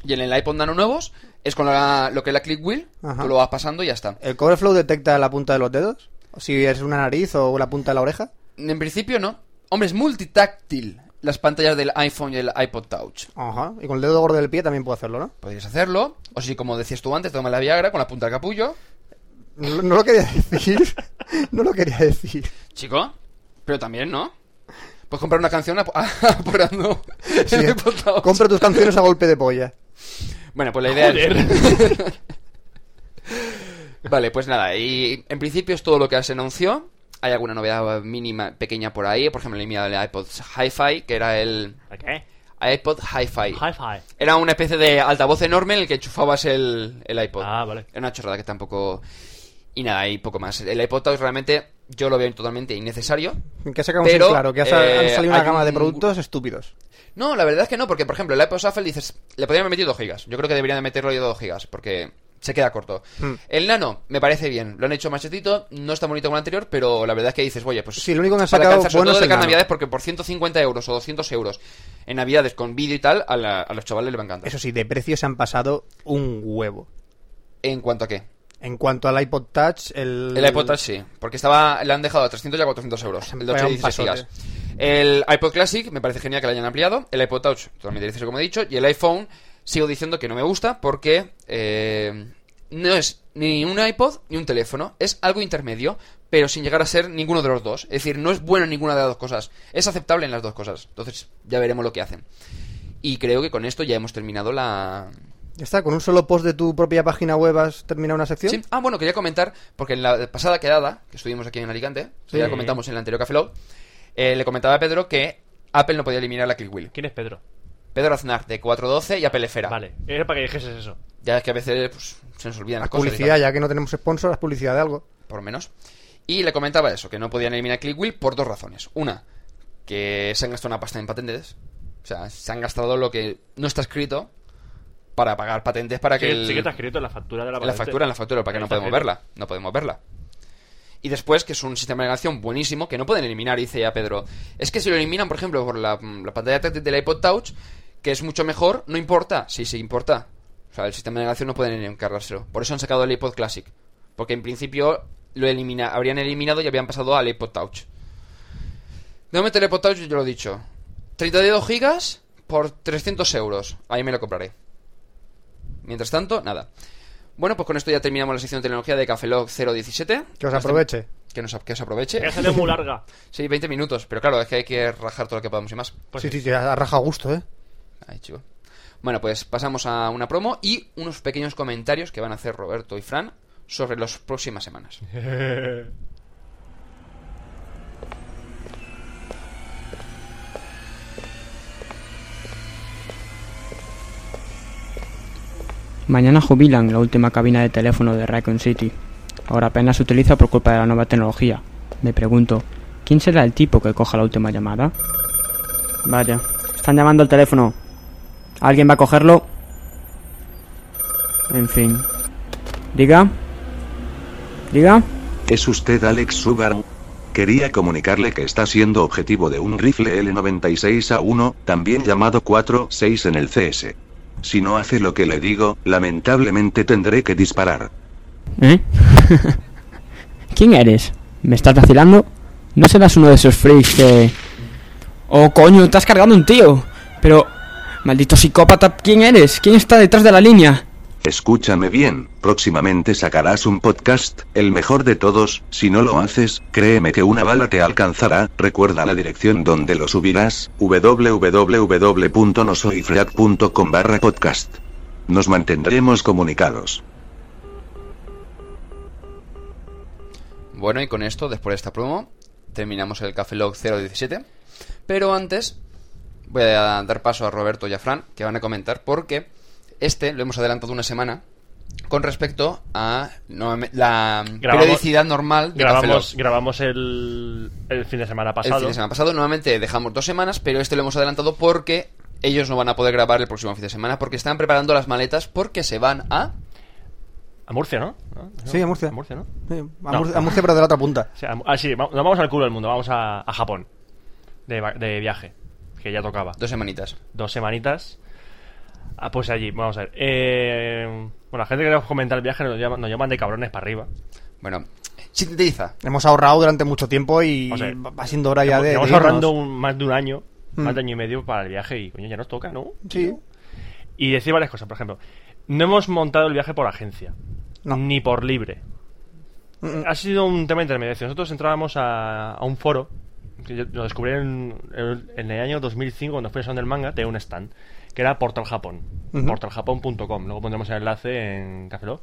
D: y en el iPod Nano nuevos, es con la- lo que es la click wheel,
A: Ajá.
D: tú lo vas pasando y ya está.
A: ¿El cover flow detecta la punta de los dedos? Si es una nariz o la punta de la oreja.
D: En principio, no. Hombre, es multitáctil las pantallas del iPhone y el iPod Touch.
A: Ajá. Y con el dedo gordo del pie también puedo hacerlo, ¿no?
D: Podrías hacerlo, o si, como decías tú antes, tomas la Viagra con la punta del capullo.
A: No, no lo quería
D: *laughs*
A: decir. no lo quería decir.
D: Chico, pero también, ¿no? Pues comprar una canción ap- *laughs* apurando el
A: Sí, ¿eh?
D: iPod Touch.
A: compra tus canciones a golpe de polla.
D: Bueno, pues la idea
B: Joder.
D: es...
B: *laughs*
D: vale, pues nada, y en principio es todo lo que se anunció. Hay alguna novedad mínima, pequeña por ahí. Por ejemplo, elimina el iPod Hi-Fi, que era el
B: ¿Qué?
D: iPod Hi-Fi.
B: Hi-Fi.
D: Era una especie de altavoz enorme en el que enchufabas el, el iPod.
B: Ah, vale.
D: Era una chorrada que tampoco... Y nada, y poco más. El iPod Touch realmente yo lo veo totalmente innecesario.
A: Que sacamos
D: Pero,
A: en claro, que ha sa-
D: eh,
A: han salido una
D: hay
A: gama de
D: un-
A: productos estúpidos.
D: No, la verdad es que no, porque por ejemplo, el iPod Shuffle dices, le podrían haber metido 2 gigas. Yo creo que deberían de meterlo ya 2 gigas, porque se queda corto.
A: Mm.
D: El nano, me parece bien. Lo han hecho machetito, no está bonito como el anterior, pero la verdad es que dices, oye, pues.
A: Sí, lo único que han
D: para
A: sacado
D: alcanzar, sobre
A: bueno es
D: todo de
A: el
D: cara a
A: nano.
D: navidades, porque por 150 euros o 200 euros en navidades con vídeo y tal, a, la- a los chavales les va a encantar.
A: Eso sí, de precio se han pasado un huevo.
D: ¿En cuanto a qué?
A: En cuanto al iPod Touch, el.
D: El iPod Touch sí, porque estaba, le han dejado a 300 y a 400 euros.
A: Se
D: El
A: me
D: de 8
A: pega
D: y
A: un
D: 16 gigas.
A: pasote.
D: El iPod Classic me parece genial que lo hayan ampliado. El iPod Touch totalmente difícil, como he dicho. Y el iPhone sigo diciendo que no me gusta porque eh, no es ni un iPod ni un teléfono. Es algo intermedio, pero sin llegar a ser ninguno de los dos. Es decir, no es bueno en ninguna de las dos cosas. Es aceptable en las dos cosas. Entonces ya veremos lo que hacen. Y creo que con esto ya hemos terminado la,
A: Ya está, con un solo post de tu propia página web has terminado una sección.
D: Sí. Ah, bueno, quería comentar, porque en la pasada quedada, que estuvimos aquí en Alicante, que ya comentamos en el anterior Café Lock, eh, le comentaba a Pedro que Apple no podía eliminar la Click Wheel.
B: ¿Quién es Pedro?
D: Pedro Aznar, de 412 y Apple Esfera.
B: Vale, era para que dijese eso.
D: Ya es que a veces pues, se nos olvidan
A: Haz
D: las cosas. y
A: publicidad,
D: tal,
A: ya que no tenemos sponsor, haz publicidad de algo.
D: Por lo menos. Y le comentaba eso, que no podían eliminar Click Wheel por dos razones. Una, que se han gastado una pasta en patentes. O sea, se han gastado lo que no está escrito para pagar patentes para
B: Sí,
D: que el...
B: sí que está escrito en la factura de la
D: En la
B: patente.
D: factura, en la factura, para que
B: Ahí
D: no
B: está
D: podemos
B: escrito.
D: verla. No podemos verla. Y después, que es un sistema de navegación buenísimo, que no pueden eliminar, dice ya Pedro. Es que si lo eliminan, por ejemplo, por la, mm, la pantalla táctil del iPod Touch, que es mucho mejor, no importa. Sí, sí, importa. O sea, el sistema de navegación no pueden encargárselo. Por eso han sacado el iPod Classic. Porque en principio lo elimina, habrían eliminado y habían pasado al iPod Touch. De momento el iPod Touch, yo lo he dicho. 32 gigas por 300 euros. Ahí me lo compraré. Mientras tanto, nada. Bueno, pues con esto ya terminamos la sección de tecnología de Café Lock 017.
A: Que os aproveche.
D: Que, nos, que os aproveche.
B: Que ha salido muy
D: *laughs*
B: larga.
D: Sí, 20 minutos, pero claro, es que hay que rajar todo lo que podamos y más.
B: Pues
A: sí, sí, sí, a raja gusto, ¿eh?
D: Ay, chico. Bueno, pues pasamos a una promo y unos pequeños comentarios que van a hacer Roberto y Fran sobre las próximas semanas.
F: Mañana jubilan la última cabina de teléfono de Raccoon City. Ahora apenas se utiliza por culpa de la nueva tecnología. Me pregunto, ¿quién será el tipo que coja la última llamada? Vaya, están llamando al teléfono. ¿Alguien va a cogerlo? En fin. Diga. Diga.
G: ¿Es usted Alex Subaru? Quería comunicarle que está siendo objetivo de un rifle L96A1, también llamado 4-6 en el CS. Si no hace lo que le digo, lamentablemente tendré que disparar.
F: ¿Eh? *laughs* ¿Quién eres? ¿Me estás vacilando? ¿No serás uno de esos freaks que... Oh, coño, estás cargando un tío. Pero... Maldito psicópata, ¿quién eres? ¿Quién está detrás de la línea?
G: Escúchame bien, próximamente sacarás un podcast, el mejor de todos, si no lo haces, créeme que una bala te alcanzará, recuerda la dirección donde lo subirás, www.nosoyfreak.com barra podcast. Nos mantendremos comunicados.
D: Bueno, y con esto, después de esta promo, terminamos el Café Log 017. Pero antes, voy a dar paso a Roberto y a Fran, que van a comentar, porque este lo hemos adelantado una semana con respecto a nuevame- la
B: Grabamos-
D: periodicidad normal de Café
B: grabamos
D: Lock.
B: grabamos el, el fin de semana
D: El
B: pasado.
D: fin de semana pasado, nuevamente dejamos dos semanas, pero este lo hemos adelantado porque ellos no van a poder grabar el próximo fin de semana porque están preparando las maletas porque se van a.
B: A Murcia, ¿no? ¿No?
A: Sí, a Murcia.
B: A Murcia, ¿no?
A: Sí, Eh, A,
B: No.
A: Murcia, a Murcia, pero de la otra punta.
B: O sea, ah, sí, va- nos vamos al culo del mundo, vamos a, a Japón. De, va- de viaje, que ya tocaba.
D: Dos semanitas.
B: Dos semanitas. Ah, pues allí, vamos a ver. Eh, bueno, la gente que nos comenta el viaje nos llama- nos llaman, de cabrones para arriba.
D: Bueno, sintetiza.
A: Hemos ahorrado durante mucho tiempo y
B: O sea,
A: va siendo hora ya de.
B: Llevamos
A: de irnos.
B: ahorrando un- más de un año,
A: Mm.
B: más de año y medio para el viaje y coño, ya nos toca, ¿no?
A: Sí.
B: Y decir varias cosas, por ejemplo, no hemos montado el viaje por agencia,
A: No.
B: ni por libre.
A: Mm,
B: Ha sido un tema intermedio. Si Nosotros entrábamos a, a un foro, que yo lo descubrí en, en- en el año 2005 cuando fui a Sound del Manga, tenía un stand, que era Portal Japón,
A: Ujú.
B: portaljapón.com. Luego pondremos el enlace en Café Lock.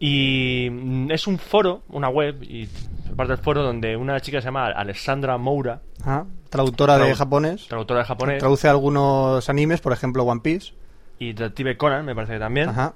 B: Y mm, es un foro, una web, y aparte del foro, donde una chica se llama Alessandra Moura,
A: ajá. Traductora de
B: Tradu-
A: japonés.
B: traductora de japonés,
A: Traduce algunos animes, por ejemplo One Piece.
B: y Detective Conan, me parece que también.
A: Ajá.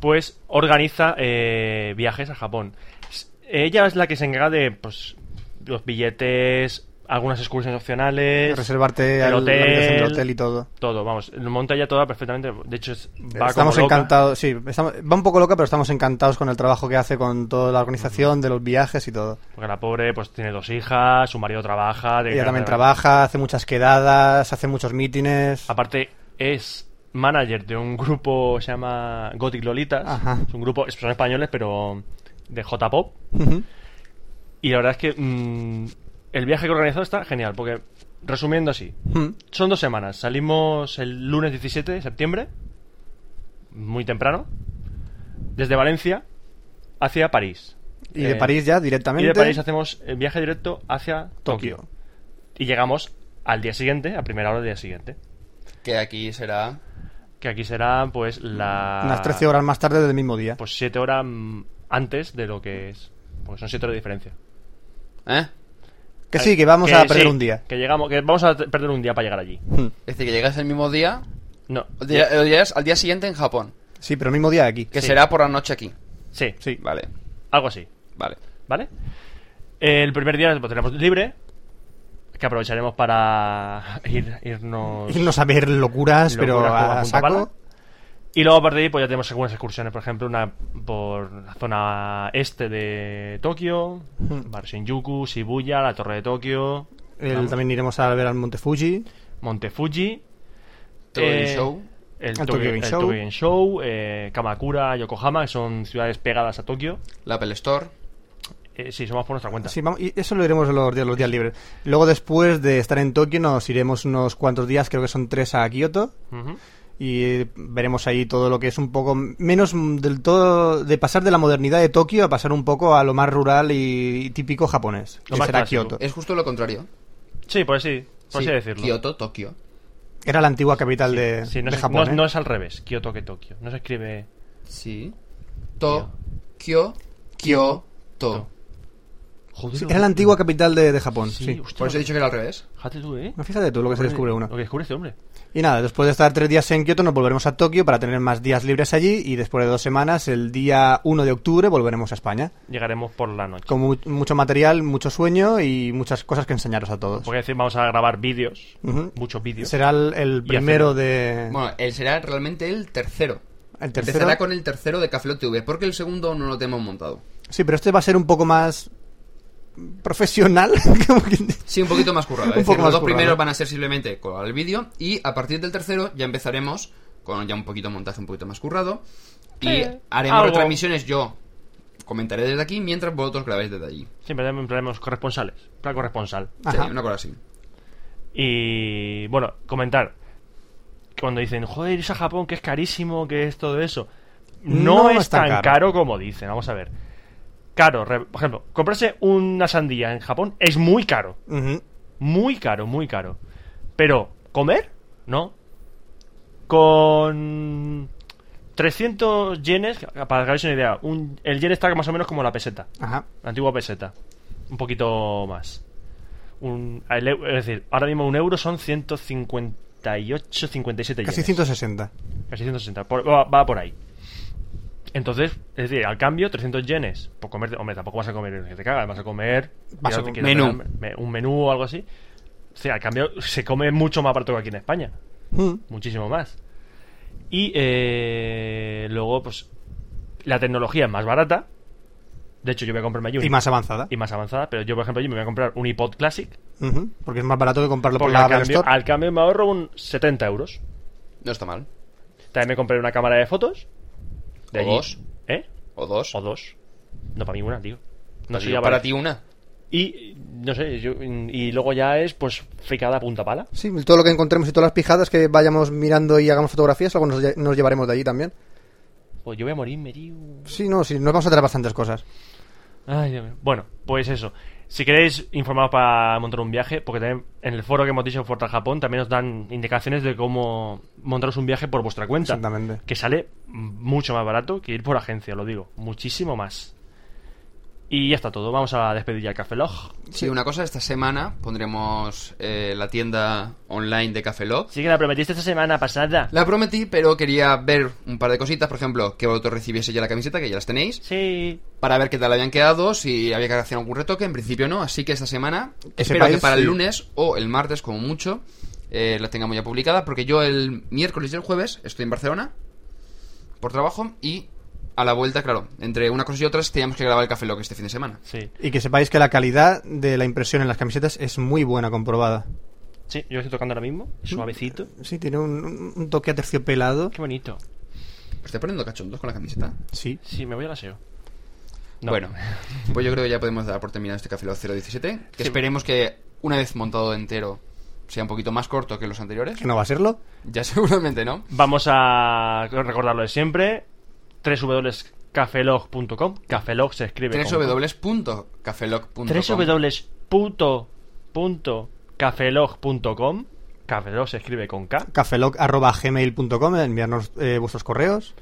B: pues organiza eh, viajes a Japón. S- Ella es la que se encarga de pues, los billetes, algunas excursiones opcionales.
A: Reservarte
B: el
A: al- la habitación
B: hotel,
A: del hotel y todo.
B: Todo, vamos. Lo monta ya toda perfectamente. De hecho, es- va
A: estamos
B: como loca.
A: encantados, sí, estamos- va un poco loca, pero estamos encantados con el trabajo que hace con toda la organización de los viajes y todo.
B: Porque la pobre pues tiene dos hijas, su marido trabaja. de-
A: Ella también trabaja, hace muchas quedadas, hace muchos mítines.
B: Aparte, es manager de un grupo se llama Gothic Lolitas.
A: Ajá.
B: Es un grupo, son españoles, pero de J-pop.
A: Ujú.
B: Y la verdad es que mm, el viaje que he organizado está genial, porque resumiendo así,
A: Mm.
B: son dos semanas. Salimos el lunes 17 de septiembre, muy temprano, desde Valencia hacia París.
A: Y de
B: Eh,
A: París ya directamente.
B: Y de París hacemos el viaje directo hacia Tokio.
A: Tokio.
B: Y llegamos al día siguiente, a primera hora del día siguiente.
D: Que aquí será.
B: Que aquí será pues la...
A: Unas 13 horas más tarde del mismo día.
B: Pues 7 horas mm, antes de lo que es. Porque son 7 horas de diferencia.
D: ¿Eh?
A: que sí, que vamos a perder
B: sí,
A: un día.
B: Que llegamos, que vamos a t- perder un día para llegar allí.
A: Mm.
D: Es decir, que llegas el mismo día.
B: No.
D: o día- o llegas al día siguiente en Japón.
A: Sí, pero el mismo día aquí.
D: Que
B: Sí.
D: será por la noche aquí.
B: Sí,
A: Sí.
D: Vale,
B: algo así.
D: vale.
B: ¿Vale? El primer día lo tenemos libre. Que aprovecharemos para *laughs* ir, irnos.
A: Irnos a ver locuras,
B: locuras
A: pero
B: como
A: a,
B: Punta Pala.
A: saco.
B: Y luego a partir de ahí pues ya tenemos algunas excursiones, por ejemplo, una por la zona este de Tokio,
A: Mm.
B: Bar Shinjuku, Shibuya, la Torre de Tokio,
A: El-
B: Vamos.
A: también iremos a ver al Monte Fuji.
B: Monte Fuji,
D: Todo el
B: Eh,
D: show.
B: el
A: Tokyo
B: Tokyo,
A: Game
B: el
A: Show.
B: Tokyo Game Show, eh, Kamakura, Yokohama, que son ciudades pegadas a Tokio.
D: La Apple Store.
B: Eh, sí, somos por nuestra cuenta.
A: Sí, vamos, y eso lo iremos los días, los días libres. Luego, después de estar en Tokio, nos iremos unos cuantos días, creo que son tres, a Kioto.
B: Ujú.
A: Y veremos ahí todo lo que es un poco menos del todo de pasar de la modernidad de Tokio a pasar un poco a lo más rural y, típico japonés,
B: Lo
A: que
B: más
A: será
B: clásico.
A: Kioto.
D: Es justo lo contrario.
B: Sí, pues sí, por
D: Sí,
B: así decirlo.
D: Kioto, Tokio.
A: Era la antigua capital
B: Sí,
A: de,
B: sí, no,
A: de
B: es,
A: Japón.
B: no-
A: ¿eh?
B: no es al revés, Kioto que Tokio. No se escribe.
D: Sí. Tokio. Kioto.
B: Joder,
A: Sí, era la antigua capital de, de Japón.
B: Sí,
A: Sí,
B: hostia,
D: Por eso he dicho que era al revés.
B: Fíjate tú, eh.
A: No, Fíjate tú lo que se descubre uno.
B: Lo que descubre este hombre.
A: Y nada, después de estar tres días en Kioto, nos volveremos a Tokio para tener más días libres allí. Y después de dos semanas, el día 1 de octubre, volveremos a España.
B: Llegaremos por la noche.
A: Con mu- mucho material, mucho sueño y muchas cosas que enseñaros a todos.
B: Porque decir, vamos a grabar vídeos.
A: Ujú.
B: Muchos vídeos.
A: Será el, el
B: Y
A: primero
B: hacer-
A: de.
D: Bueno, él será realmente el tercero.
A: el tercero.
D: Empezará con el tercero de Café Lock TV, porque el segundo no lo tenemos montado.
A: Sí, pero este va a ser un poco más profesional. *laughs* como que-
D: Sí, un poquito más
A: *laughs*
D: currado.
A: Un
D: Es decir,
A: poco más
D: los dos
A: currado.
D: primeros van a ser simplemente colgar el vídeo y a partir del tercero ya empezaremos con ya un poquito montaje un poquito más currado y
B: Sí,
D: haremos
B: algo.
D: retransmisiones yo comentaré desde aquí mientras vosotros grabáis desde allí.
B: Siempre tenemos corresponsales. Plan corresponsal.
D: Sí,
A: Ajá.
D: una cosa así.
B: Y bueno, comentar. Cuando dicen, joder, irse a Japón, que es carísimo, que es todo eso. No, es, tan caro. como dicen, vamos a ver. Caro, re- por ejemplo, comprarse una sandía en Japón es muy caro.
A: Ujú.
B: Muy caro, muy caro. Pero, ¿comer? No. Con 300 yenes, para que hagáis una idea, un- el yen está más o menos como la peseta.
A: Ajá.
B: La antigua peseta. Un poquito más. Un, el eu- es decir, ahora mismo un euro son 158, 57
A: Casi
B: yenes.
A: 160.
B: Casi 160. por- va, va por ahí. Entonces, es decir, al cambio, 300 yenes. Por comer, hombre, tampoco vas a comer que te cagas, vas a comer.
A: Vas
B: ya
A: a
B: te
A: comer.
B: quieres
D: Menú.
B: pegar, me- Un menú o algo así. O sea, al cambio, se come mucho más barato que aquí en España.
A: Mm.
B: Muchísimo más. Y eh, luego, pues, la tecnología es más barata. De hecho, yo voy a comprarme allí un-
A: Y más avanzada.
B: y más avanzada, pero yo, por ejemplo, allí me voy a comprar un iPod Classic.
A: Ujú. Porque es más barato que comprarlo por
B: Porque
A: la
B: al
A: Apple
B: cambio,
A: Store.
B: al cambio me ahorro un 70 euros.
D: No está mal.
B: También me compré una cámara de fotos. De
D: O
B: allí.
D: dos.
B: ¿Eh?
D: O dos.
B: O dos. No, para mí una, tío. No
D: Pero
B: sé,
D: Pues yo
B: ya
D: para
B: vale.
D: ti una.
B: Y, no sé, yo- y luego ya es, pues, fricada a punta pala.
A: Sí, todo lo que encontremos y todas las pijadas que vayamos mirando y hagamos fotografías, luego nos, lle- nos llevaremos de allí también.
B: Pues yo voy a morirme, tío.
A: Sí, no, sí, nos vamos a traer bastantes cosas.
B: Ay, Dios mío. Bueno, pues eso. Si queréis informaros para montar un viaje, porque también en el foro que hemos dicho Forta Japón también os dan indicaciones de cómo montaros un viaje por vuestra cuenta.
A: Exactamente.
B: Que sale mucho más barato que ir por agencia, lo digo. Muchísimo más. Y ya está todo. Vamos a despedir ya el Café Log.
D: Sí, una cosa, esta semana pondremos eh, la tienda online de Café Lock.
B: Sí que la prometiste esta semana pasada.
D: La prometí, pero quería ver un par de cositas, por ejemplo, que vosotros recibiese ya la camiseta, que ya las tenéis,
B: Sí.
D: para ver qué tal habían quedado, si había que hacer algún retoque, en principio no, así que esta semana,
A: Que
D: espero
A: sepáis,
D: que para el
A: sí.
D: lunes o el martes como mucho eh, la tengamos ya publicada, porque yo el miércoles y el jueves estoy en Barcelona por trabajo y a la vuelta, claro, entre una cosa y otras teníamos que grabar el Café Lock este fin de semana.
B: Sí.
A: Y que sepáis que la calidad de la impresión en las camisetas es muy buena comprobada.
B: Sí, yo lo estoy tocando ahora mismo. Suavecito.
A: Sí, tiene un, un- un toque aterciopelado.
B: Qué bonito.
D: ¿Estoy poniendo cachondos con la camiseta?
A: Sí.
B: Sí, me voy al aseo. No.
D: Bueno, pues yo creo que ya podemos dar por terminado este Café Lock 017. Que
B: Sí.
D: esperemos que una vez montado entero sea un poquito más corto que los anteriores.
A: ¿Que no va a serlo?
D: Ya *laughs* seguramente no.
B: Vamos a recordarlo de siempre. www.cafelog.com. Cafelog se escribe con-
D: www.cafeloc.com
B: www.cafelog.com. Cafelog se escribe con K.
A: cafeloc.gmail.com, enviarnos eh, vuestros correos.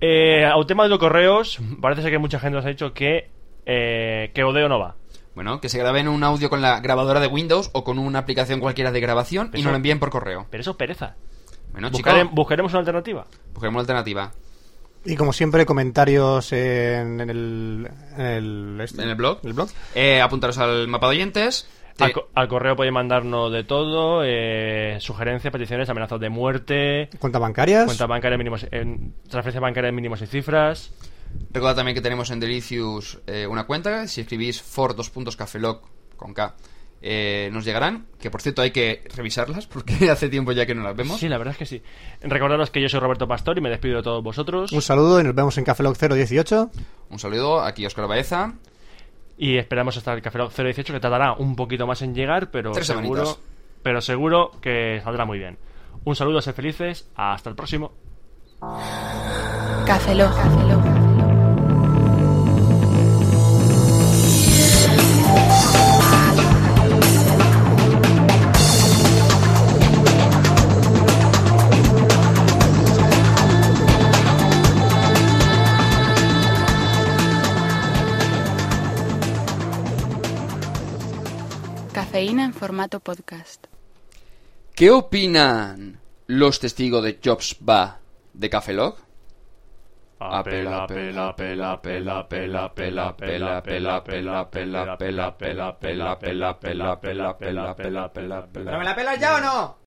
B: Eh, al tema de los correos, parece ser que mucha gente nos ha dicho que, eh, que Odeo no va.
D: Bueno, que se graben un audio con la grabadora de Windows o con una aplicación cualquiera de grabación y
B: Eso-
D: nos lo envíen por correo.
B: Pero eso es pereza.
D: Bueno,
B: Buscare-
D: chicos,
B: buscaremos una alternativa.
D: busquemos una alternativa.
A: Y como siempre, comentarios en, en el, en el- este-
D: En el blog.
A: el blog.
D: Eh, apuntaros al mapa de oyentes. Te-
B: Al, co- al correo podéis mandarnos de todo: eh, sugerencias, peticiones, amenazas de muerte,
A: Cuentas bancarias.
B: cuenta bancaria mínimos, en- transferencias bancarias mínimos y cifras.
D: Recordad también que tenemos en Delicious eh, una cuenta. Si escribís for dos puntos cafeloc con K, eh, nos llegarán. Que por cierto hay que revisarlas porque *laughs* hace tiempo ya que no las vemos.
B: Sí, la verdad es que sí. Recordaros que yo soy Roberto Pastor y me despido de todos vosotros.
A: Un saludo y nos vemos en Cafeloc 018.
D: Un saludo, aquí Oscar Baeza.
B: Y esperamos hasta el Café Lock 018, que tardará un poquito más en llegar, pero
D: Tres
B: seguro,
D: semanitas.
B: pero seguro que saldrá muy bien. Un saludo, ser felices, hasta el próximo.
E: Café Lock. Cafeína en formato podcast.
D: ¿Qué opinan los testigos de Jobs Va de Cafeloc? Apela, pela, pela, pela, pela, pela, pela, pela, pela, pela, pela, pela, pela, pela, pela, pela, pela, pela, pela, pela.
A: pelas ya o no?